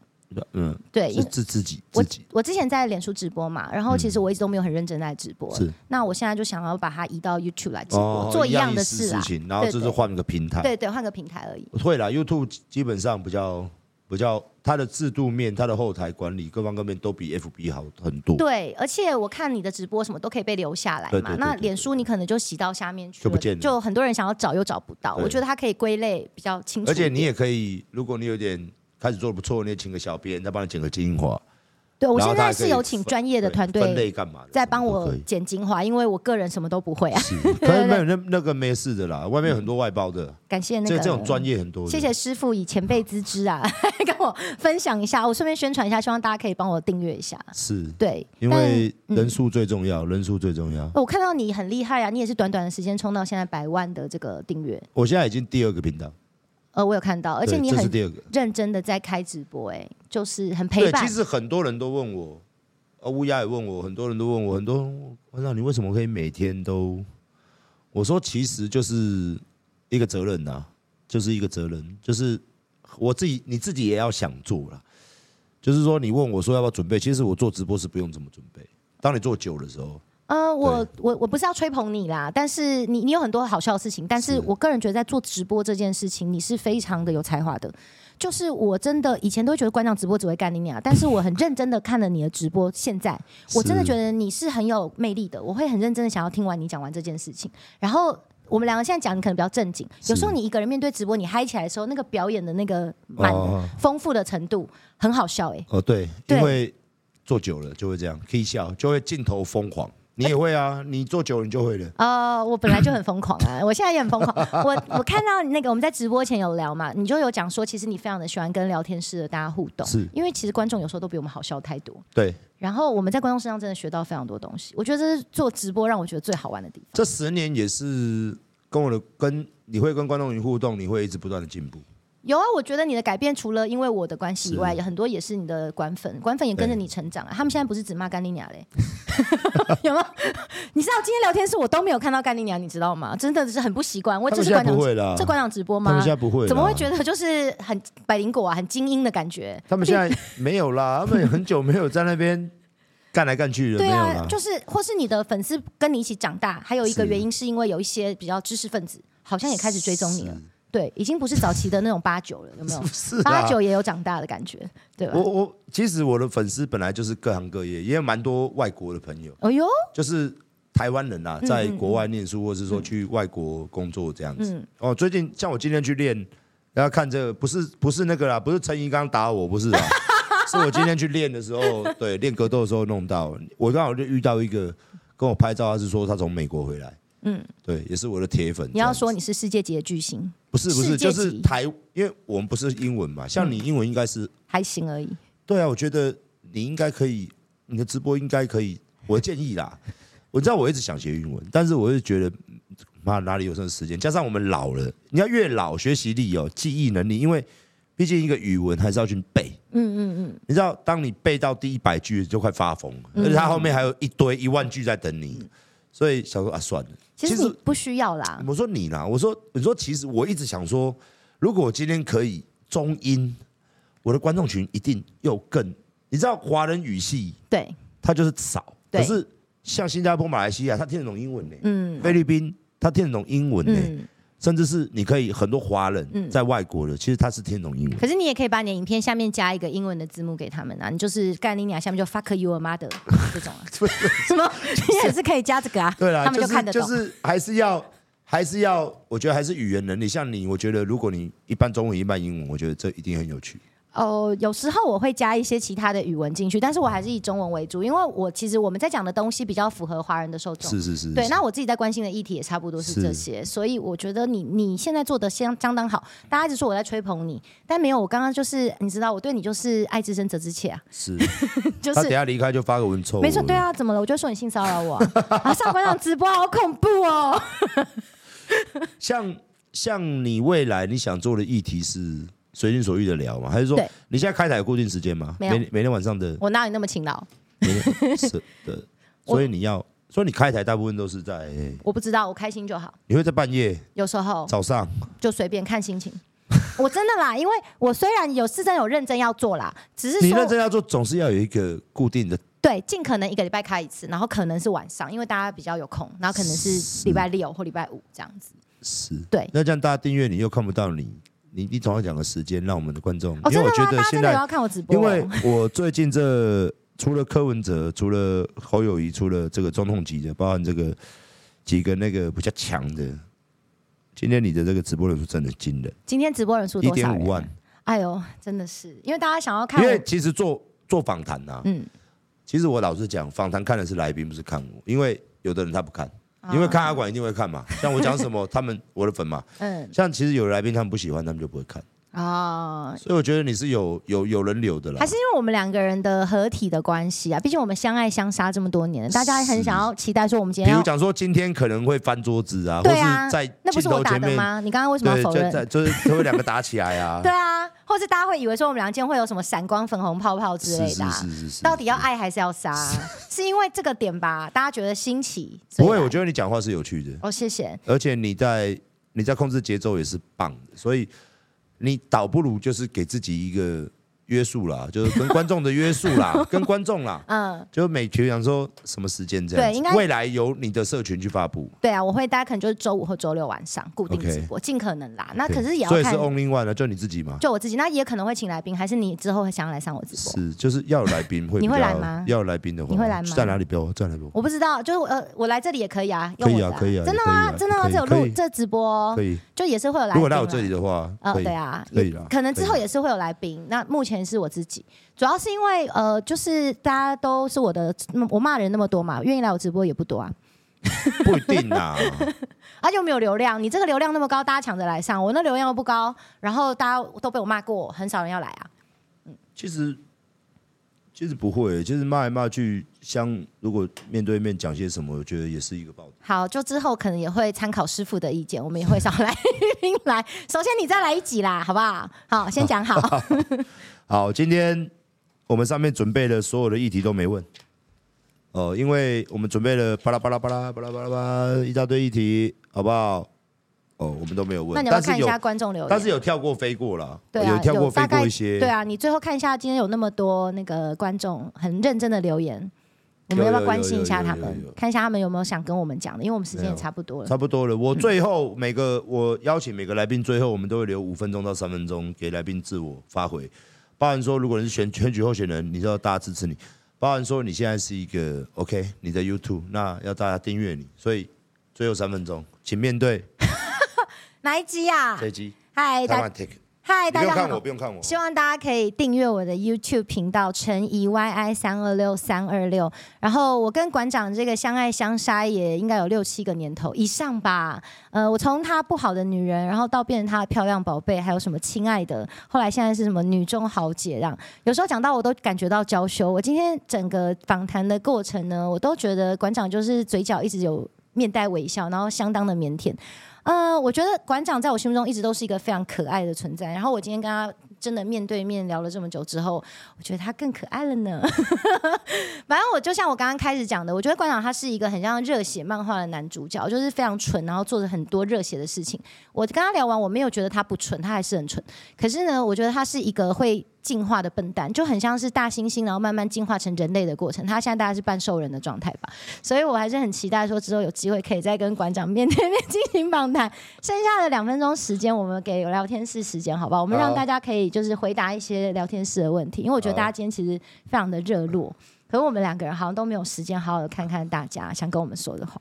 S3: 嗯，
S2: 对，
S3: 是
S2: 因
S3: 自自己
S2: 我
S3: 自己
S2: 我之前在脸书直播嘛，然后其实我一直都没有很认真在直播，
S3: 嗯是哦
S2: 那我现在就想要把它移到 YouTube 来直播，做
S3: 一
S2: 样
S3: 意
S2: 的
S3: 思
S2: 事啊
S3: 事，情，嗯然后
S2: 对
S3: 就是
S2: 对
S3: 换个平台。
S2: 对对，换个平台而已。
S3: 会啦，YouTube 基本上比较比较它的制度面、它的后台管理各方各面都比 FB 好很多，
S2: 对，而且我看你的直播什么都可以被留下来嘛。
S3: 对对对
S2: 那
S3: 对对
S2: 脸书你可能就洗到下面去
S3: 就不见了
S2: 就很多人想要找又找不到。
S3: 对
S2: 我觉得它可以归类比较清楚
S3: 而
S2: 一点。
S3: 且你也可以，如果你有点开始做的不错，你也请个小编再帮你剪个精华。
S2: 对我
S3: 然后
S2: 现在
S3: 它可以
S2: 是有请专业的
S3: 对
S2: 团
S3: 分
S2: 队
S3: 类干嘛的
S2: 在帮
S3: 什么都
S2: 我 <laughs>
S3: 可以
S2: 剪精华，因为我个人什么都不会啊。
S3: 是可是没有那那个没事的啦，外面很多外包的，
S2: 感嗯谢那
S3: 这
S2: 个
S3: 这种专业很多的。
S2: 谢谢师傅以前辈之知啊， <laughs> 跟我分享一下，我顺便宣传一下，希望大家可以帮我订阅一下。
S3: 是
S2: 对，
S3: 因
S2: 但
S3: 为
S2: 嗯
S3: 人数最重要，人数最重要。
S2: 我看到你很厉害啊，你也是短短的时间冲到现在百万的这个订阅，
S3: 我现在已经第二个频道，
S2: 呃，我有看到，而且
S3: 对
S2: 你
S3: 这
S2: 很
S3: 是第二个，
S2: 认真的在开直播、哎，就是很陪
S3: 对，
S2: 伴
S3: 其。实很多人都问我，呃，乌鸦也问我，很多人都问我，很多人问我那你为什么可以每天都？我说其实就是一个责任呐、啊就是一个责任，就是我自己你自己也要想做啦。就是说，你问我说要不要准备，其实我做直播是不用怎么准备。当你做久的时候，
S2: 呃，我我我不是要吹捧你啦，但是你你有很多好笑的事情，但是我个人觉得在做直播这件事情，你是非常的有才华的。就是我真的以前都会觉得馆长直播只会干你俩，但是我很认真的看了你的直播，现在我真的觉得你是很有魅力的，我会很认真的想要听完你讲完这件事情，然后。我们两个现在讲，你可能比较正经。有时候你一个人面对直播，你嗨起来的时候，那个表演的那个满
S3: 哦
S2: 丰富的程度，很好笑哎、
S3: 哦，对，
S2: 对
S3: 因为做久了就会这样，可以笑，就会镜头疯狂。你也会啊，你做久了你就会了。
S2: 呃，我本来就很疯狂
S3: <laughs>
S2: 啊，我现在也很疯狂。我我看到那个我们在直播前有聊嘛，你就有讲说，其实你非常的喜欢跟聊天室的大家互动，
S3: 是
S2: 因为其实观众有时候都比我们好笑太多。
S3: 对，
S2: 然后我们在观众身上真的学到非常多东西，我觉得这是做直播让我觉得最好玩的地方。
S3: 这十年也是跟我的跟你会跟观众群互动，你会一直不断的进步。
S2: 有啊，我觉得你的改变除了因为我的关系以外，
S3: 是
S2: 有很多也是你的官粉，官粉也跟着你成长、啊。他们现在不是只骂干丽娘嘞， <laughs> 有吗？你知道今天聊天室我都没有看到干丽娘，你知道吗？真的是很不习惯。我
S3: 他
S2: 这是
S3: 们现在
S2: 馆长
S3: 不
S2: 直，
S3: 会啦，
S2: 这馆长直播
S3: 他
S2: 吗
S3: 们现？在不会啦，啊
S2: 怎么会觉得就是很百灵果啊，很精英的感觉？
S3: 他们现在没有啦，他们很久没有在那边干来干去了，
S2: 对
S3: 没有
S2: 啊
S3: 啦，。
S2: 就是或是你的粉丝跟你一起长大，还有一个
S3: 是
S2: 原因是因为有一些比较知识分子好像也开始追踪你了，对，已经不是早期的那种八九了，有没有？
S3: <laughs> 是啊
S2: 八九也有长大的感觉，对吧
S3: 我？我其实我的粉丝本来就是各行各业，也有蛮多外国的朋友，
S2: 哎呦，
S3: 就是台湾人啦，
S2: 嗯
S3: 在国外念书，或是说去外国工作这样子。
S2: 嗯
S3: 哦，最近像我今天去练，然后看这个不是不是那个啦，不是陈怡刚打我，不
S2: <laughs>
S3: 是啊，是我今天去练的时候，对，练格斗的时候弄到，我刚好就遇到一个跟我拍照，他是说他从美国回来，
S2: 嗯
S3: 嗯，对，也是我的铁粉。
S2: 你要说
S3: 这样子
S2: 你是世界级的巨星，
S3: 不是不
S2: 世
S3: 是，
S2: 界
S3: 就
S2: 级嗯
S3: 是台，因为我们不是英文嘛，像你英文应该是，
S2: 还行而已。
S3: 对啊，我觉得你应该可以，你的直播应该
S2: <laughs>
S3: 可以，我建议啦，我知道我一直想学英文，但是我是觉得。嗯妈，哪里有这种时间？加上我们老了，你要越老，学习力哦，记忆能力，因为毕竟一个语文还是要去背。
S2: 嗯嗯
S3: 你知道，当你背到第一百句，就快发疯了，而且它后面还有一堆一万句在等你，所以想说啊，算了。
S2: 嗯，其实你不需要啦。
S3: 我说你啦，我说你说，其实我一直想说，如果我今天可以中英，我的观众群一定又更，你知道华人语系
S2: 对，
S3: 它就是少，
S2: 对
S3: 可是像新加坡、马来西亚，他听得懂英文呢、
S2: 嗯
S3: 菲律宾他听得懂英文呢、
S2: 嗯。
S3: 甚至是你可以很多华
S2: 嗯
S3: 人在外国的，其实他是听得懂英文。
S2: 可是你也可以把你的影片下面加一个英文的字幕给他们啊，你就是干你娘，下面就 fuck you a mother 这种
S3: <laughs>
S2: 啊，什么你也是可以加这个啊，
S3: 对啦，
S2: 他们
S3: 就
S2: 就是看得懂。
S3: 就是还是要还是要，我觉得还是语言能力。像你，我觉得如果你一半中文一半英文，我觉得这一定很有趣。
S2: 哦，有时候我会加一些其他的语文进去，但是我还是以中文为主，因为我其实我们在讲的东西比较符合华人的受众。
S3: 是是是，
S2: 对，
S3: 是
S2: 那我自己在关心的议题也差不多是这些，所以我觉得你你现在做的相相当好，大家一直说我在吹捧你，但没有，我刚刚就是你知道，我对你就是爱之深责之切啊，
S3: 是。
S2: 就
S3: 他等
S2: 是。
S3: 下离开就发个文臭文，
S2: 没错，对啊，怎么了？我就说你性骚扰我
S3: <laughs>
S2: 啊！啊，上官长直播好恐怖哦！
S3: 像像你未来你想做的议题是随心所欲的聊吗？还是说
S2: 对
S3: 你现在开台有固定时间吗？
S2: 没有
S3: 每每天晚上的
S2: 我哪有那么勤劳？
S3: 每天是的，
S2: 我
S3: 所以你要，所以你开台大部分都是在，哎
S2: 我不知道，我开心就好。
S3: 你会在半夜、
S2: 有时候
S3: 早上，
S2: 就随便看心情。我真的啦，因为我虽然有是真的有认真要做啦，只是
S3: 你认真
S2: 说
S3: 要做，总是要有一个固定的。
S2: 对，尽可能一个礼拜开一次，然后可能是晚上，因为大家比较有空，然后可能是礼拜六或礼拜五这样子。
S3: 是
S2: 对
S3: 那这样大家订阅你又看不到你，你你总要讲个时间让我们的观众，
S2: 哦，
S3: 因
S2: 真
S3: 为
S2: 的吗？大
S3: 我觉得
S2: 家真
S3: 现
S2: 的
S3: 在
S2: 有要看我直播
S3: 因
S2: 哦、
S3: 为我最近这除了柯文哲，除了侯友谊，除了这个总统级的，包含这个几个那个比较强的，今天你的这个直播人数真的惊人，
S2: 今天直播人数
S3: 一
S2: 多少
S3: 点
S2: 人？
S3: 五万。
S2: 哎呦，真的是，因为大家想要看
S3: 因
S2: 我
S3: 为，其实做做访谈呐，
S2: 嗯，
S3: 其实我老实讲，访谈看的是来宾，不是看我，因为有的人他不看，
S2: 啊
S3: 因为看阿管一定会看嘛，像我讲
S2: <laughs>
S3: 什么，他们我的粉嘛，
S2: 嗯
S3: 像其实有的来宾他们不喜欢，他们就不会看，
S2: 啊。
S3: 所以我觉得你是有有有人留的啦
S2: 还。是因为我们两个人的合体的关系啊，毕竟我们相爱相杀这么多年了，大家很想要期待说我们今
S3: 比
S2: 天
S3: 如
S2: 要
S3: 讲说今天可能会翻桌子啊，或
S2: 对啊
S3: 是在
S2: 那不
S3: 镜
S2: 是我
S3: 头
S2: 打
S3: 前
S2: 的
S3: 面
S2: 吗？你刚刚为什么
S3: 对，
S2: 要否
S3: 就
S2: 认？
S3: <laughs> 在就是他们两个打起来
S2: <laughs>
S3: 啊。
S2: 对啊，或是大家会以为说我们两间会有什么闪光、粉红泡泡之类的啊、
S4: 是是是是是
S2: 到底要爱还是要杀？啊
S3: <laughs>
S2: 是因为这个点吧？大家觉得新奇？
S3: 不会，我
S2: 得
S3: 觉得你讲话是有趣的，
S2: 哦，谢谢。
S3: 而且你在你在控制节奏也是棒的，所以你倒不如就是给自己一个约束啦， <laughs> 就是跟观众的约束
S2: <laughs>
S3: 啦，跟观众啦，
S2: 嗯，
S3: 就每群想说什么时间这样子，
S2: 对应该
S3: 未来由你的社群去发布
S2: 对啊，我会大家可能就是周五或周六晚上固定
S3: OK
S2: 直播，尽可能啦。那
S3: 对，
S2: 可是也要
S3: 所以是
S2: 看
S3: only one 啊了，就你自己嘛，
S2: 就我自己，那也可能会请来宾，还是你之后会想要来上我直播？
S3: 是就是要有来宾会比
S2: 你
S3: 较
S2: 会来吗
S3: 要有来宾的话，
S2: 你会来吗
S3: 在哪里标？在哪里标？
S2: 我不知道，就是我呃，我来这里也可以啊，用
S3: 可
S2: 我
S3: 以
S2: 的、
S3: 啊可以啊
S2: 真的
S3: 可以啊
S2: 吗？真的吗？
S3: 可以
S2: 这有录
S3: 可以
S2: 这直播哦
S3: 可，以，
S2: 就也是会有来宾啊。
S3: 如果来我这里的话，
S2: 呃，
S3: 可以
S2: 对啊，
S3: 可
S2: 也
S3: 以啦
S2: 可能之后
S3: 可以
S2: 也是会有来宾。那目前是我自己，主要是因为呃，就是大家都是我的，嗯我骂人那么多嘛，愿意来我直播也不多啊，
S3: 不一定啦， <laughs>
S2: 而且我没有流量，你这个流量那么高，大家抢着来上，我那流量又不高，然后大家都被我骂过，很少人要来啊。
S3: 其实其实不会，就是骂来骂去，像如果面对面讲些什么，我觉得也是一个爆点。
S2: 好，就之后可能也会参考师傅的意见，我们也会少来 <laughs> 宾来。首先你再来一集啦，好不好？好，先讲好。
S3: 好，今天我们上面准备的所有的议题都没问。哦，因为我们准备了巴拉巴拉巴拉巴拉巴拉巴拉一大堆议题，好不好？哦，我们都没有问，
S2: 那你要不要
S3: 但是
S2: 看一
S3: 有
S2: 下观众留言，
S3: 但是有跳过飞过了，
S2: 对啊，
S3: 有跳过飞
S2: 大概
S3: 过一些，
S2: 对啊，你最后看一下，今天有那么多那个观众很认真的留言，我们要不要关心一下他
S3: 有有有有有
S2: 们
S3: 有，
S2: 看一下他们有没有想跟我们讲的？因为我们时间也差不多了。
S3: 差不多了。我最后每个我邀请每个来宾，最后我们都会留五分钟到三分钟给来宾自我发挥。包含说，如果你是选选举候选人，你知道大家支持你；包含说你现在是一个 OK，你在 YouTube，那要大家订阅你。所以最后三分钟，请面对
S2: 哪一集呀、啊
S3: 这？一集。
S2: 嗨，
S3: 台
S2: 大
S3: 湾 Take，
S2: 嗨，
S3: 你不
S2: 大
S3: 用
S2: 家
S3: 看我，
S2: 好
S3: 不。用看我。
S2: 希望大家可以订阅我的 YouTube 频道陈怡 YI 三二六三二六。然后我跟馆长这个相爱相杀也应该有六七个年头以上吧。呃，我从她不好的女人，然后到变成她的漂亮宝贝，还有什么亲爱的，后来现在是什么女中豪杰这样。有时候讲到我都感觉到娇羞。我今天整个访谈的过程呢，我都觉得馆长就是嘴角一直有面带微笑，然后相当的腼腆。呃，我觉得馆长在我心目中一直都是一个非常可爱的存在。然后我今天跟他真的面对面聊了这么久之后，我觉得他更可爱了呢。 <laughs> 反正我就像我刚刚开始讲的，我觉得馆长他是一个很像热血漫画的男主角，就是非常蠢，然后做着很多热血的事情。我跟他聊完，我没有觉得他不蠢，他还是很蠢。可是呢，我觉得他是一个会进化的笨蛋，就很像是大猩猩，然后慢慢进化成人类的过程。他现在大概是半兽人的状态吧，所以我还是很期待说之后有机会可以再跟馆长面对面进行访谈。剩下的两分钟时间，我们给聊天室时间，好不好？我们让
S3: 好
S2: 大家可以就是回答一些聊天室的问题，因为我觉得大家今天其实非常的热络。可是我们两个人好像都没有时间好好的看看大家想跟我们说的话。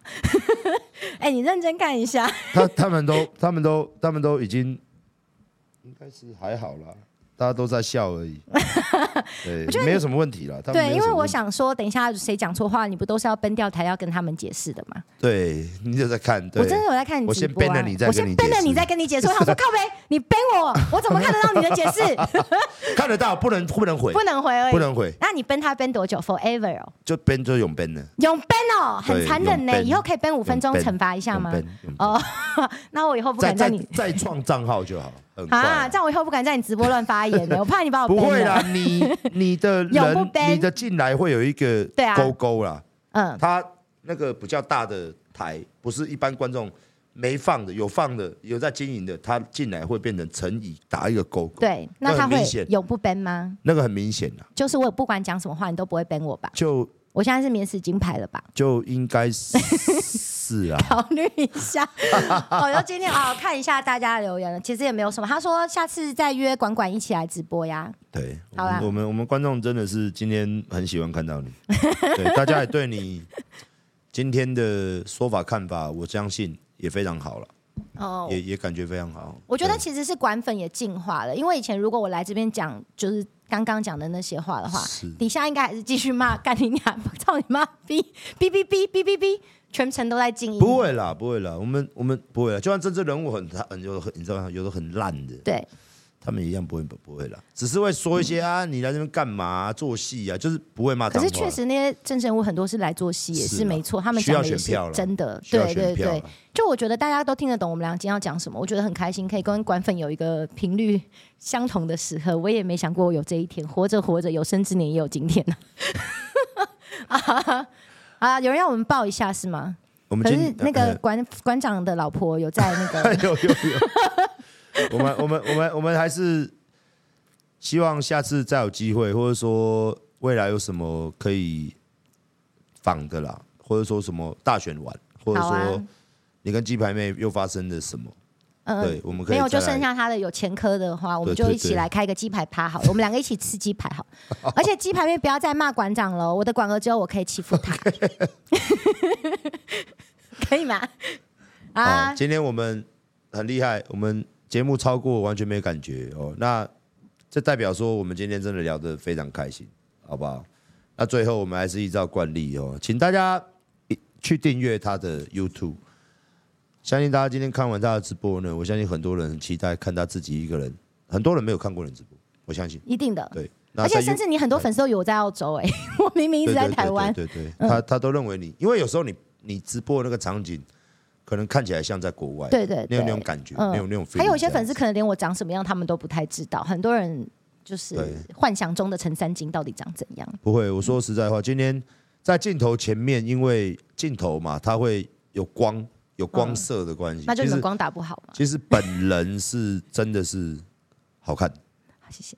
S2: <laughs> 哎、你认真看一下。
S3: 他他们都他们都他们都已经应该是还好啦，大家都在笑而
S2: <laughs>
S3: 已，对，没有什么问题啦。他们
S2: 对，
S3: 没有
S2: 因
S3: 什
S2: 为
S3: 么
S2: 我
S3: 问题
S2: 想说，等一下谁讲错话，你不都是要奔掉台要跟他们解释的吗？
S3: 对你就在看，对
S2: 我真的有在看你
S3: 我
S2: 直
S3: 先
S2: 播、啊，
S3: ban 了你再
S2: 我
S3: 跟你
S2: 先奔
S3: 解
S2: 了
S3: 释
S2: 你再跟你解释。我想
S3: <laughs>
S2: 说，靠背，你奔我，我怎么看得到你的解释？
S3: 看得到，不能不能回，
S2: 不能回而已。
S3: 不能回，
S2: 那你奔他奔多久？Forever 哦，
S3: 就编就永编了。
S2: 永奔哦，很
S3: 对
S2: 残忍
S3: 永
S2: 呢。
S3: 奔
S2: 以后可以奔五分钟
S3: 永奔
S2: 惩罚一下吗
S3: 永奔？永奔
S2: 哦，那我以后不
S3: 再
S2: 敢
S3: 再
S2: 在你
S3: <laughs> 再创账号就好，很快。
S2: 啊，这样我以后不敢在你直播乱发言了，我怕你把我
S3: 不会
S2: 奔
S3: 啦
S2: 了。，
S3: 你
S2: <laughs>
S3: 你的
S2: 永不
S3: 人
S2: ban
S3: 你的进来会有一个
S2: 对啊
S3: 勾勾啦，
S2: 嗯，
S3: 它那个比较大的台，不是一般观众没放的，有放的有在经营的，它进来会变成乘以打一个勾勾，
S2: 对，那
S3: 那
S2: 他
S3: 很明
S2: 会
S3: 显
S2: 永不奔吗？
S3: 那个很明显啦，
S2: 就是我不管讲什么话，你都不会奔我吧？
S3: 就
S2: 我现在是免死金牌了吧？
S3: 就应该是是
S2: <laughs>
S3: 啊， <laughs>
S2: 考虑一下。我就今天啊、看一下大家的留言了，其实也没有什么。他说下次再约管管一起来直播呀。
S3: 对，我
S2: 好啦
S3: 们我们我们观众真的是今天很喜欢看到你， <laughs> 对，大家也对你今天的说法看法，我相信也非常好了，
S2: 哦，
S3: 也也感觉非常好。
S2: 我觉得
S3: 对
S2: 其实是管粉也进化了，因为以前如果我来这边讲就是刚刚讲的那些话的话
S3: 是，
S2: 底下应该还是继续骂干你娘， <laughs> 操你妈逼逼逼逼逼逼逼，全程都在静音。
S3: 不会啦，不会啦，我们我们不会啦，就算政治人物很很有很你知道吗？有的很烂的，
S2: 对，
S3: 他们一样不会不会啦，只是会说一些啊，你来这边干嘛啊、做戏啊，就是不会骂
S2: 嗯可
S3: 脏话
S2: 是
S3: 啦。
S2: 确实，那些政治人物很多是来做戏，也
S3: 是啊
S2: 是没错，他们
S3: 需要
S2: 讲的也
S3: 选
S2: 是
S3: 票啦
S2: 真的。
S3: 需要
S2: 对
S3: 选
S2: 对
S3: 票
S2: 对
S3: 啦，
S2: 就我觉得大家都听得懂我们俩今天要讲什么，我觉得很开心，可以跟管粉有一个频率相同的时刻。我也没想过有这一天，活着活着，有生之年也有今天呢。 <laughs> 啊啊！有人要我们抱一下是吗？
S3: 我们
S2: 可
S3: 今
S2: 是那
S3: 呃 <laughs>
S2: 个馆馆长的老婆有在那个 <laughs>
S3: 有有有。我们我们我们我们还是希望下次再有机会，或者说未来有什么可以仿的啦，或者说什么大选完，或者
S2: 好
S3: 说
S2: 啊
S3: 你跟鸡排妹又发生了什么？
S2: 嗯
S3: 对，我们可以
S2: 没有，
S3: 再
S2: 就
S3: 来
S2: 剩下他的有前科的话，我们
S3: 对
S2: 就
S3: 对
S2: 一起
S3: 对
S2: 来开个鸡排趴好了，我们两个一起吃鸡排好。而且鸡排妹不要再骂馆长了，我的馆儿只有我可以欺负他， <laughs> 可
S3: <laughs>
S2: 以吗？
S3: 啊
S2: 啊，，
S3: 今天我们很厉害，我们节目超过完全没感觉哦。那这代表说我们今天真的聊得非常开心，好不好？那最后我们还是依照惯例哦，请大家一去订阅他的 YouTube。相信大家今天看完他的直播呢，我相信很多人很期待看他自己一个人，很多人没有看过人直播，我相信。
S2: 一定的。
S3: 对，那
S2: 而且
S3: 在
S2: 甚
S3: You-
S2: 至你很多粉丝都以为我在澳洲哎、 <laughs> 我明明一直
S3: 对
S2: 在
S3: 对
S2: 台湾。嗯
S3: 对对对对他他都认为你，因为有时候你你直播的那个场景，可能看起来像在国外，
S2: 对对对
S3: 那种那种感觉，
S2: 嗯
S3: 那种那种 feeling 这样子。
S2: 还有一些粉丝可能连我长什么样他们都不太知道，很多人就是
S3: 对
S2: 幻想中的陈三金到底长怎样。
S3: 不会，我说实在话，今天在镜头前面，因为镜头嘛，它会有光有光色的关系，
S2: 嗯那就
S3: 其
S2: 你
S3: 实
S2: 们光打不好嘛，
S3: 其实本人是真的是好看，
S2: 好谢谢。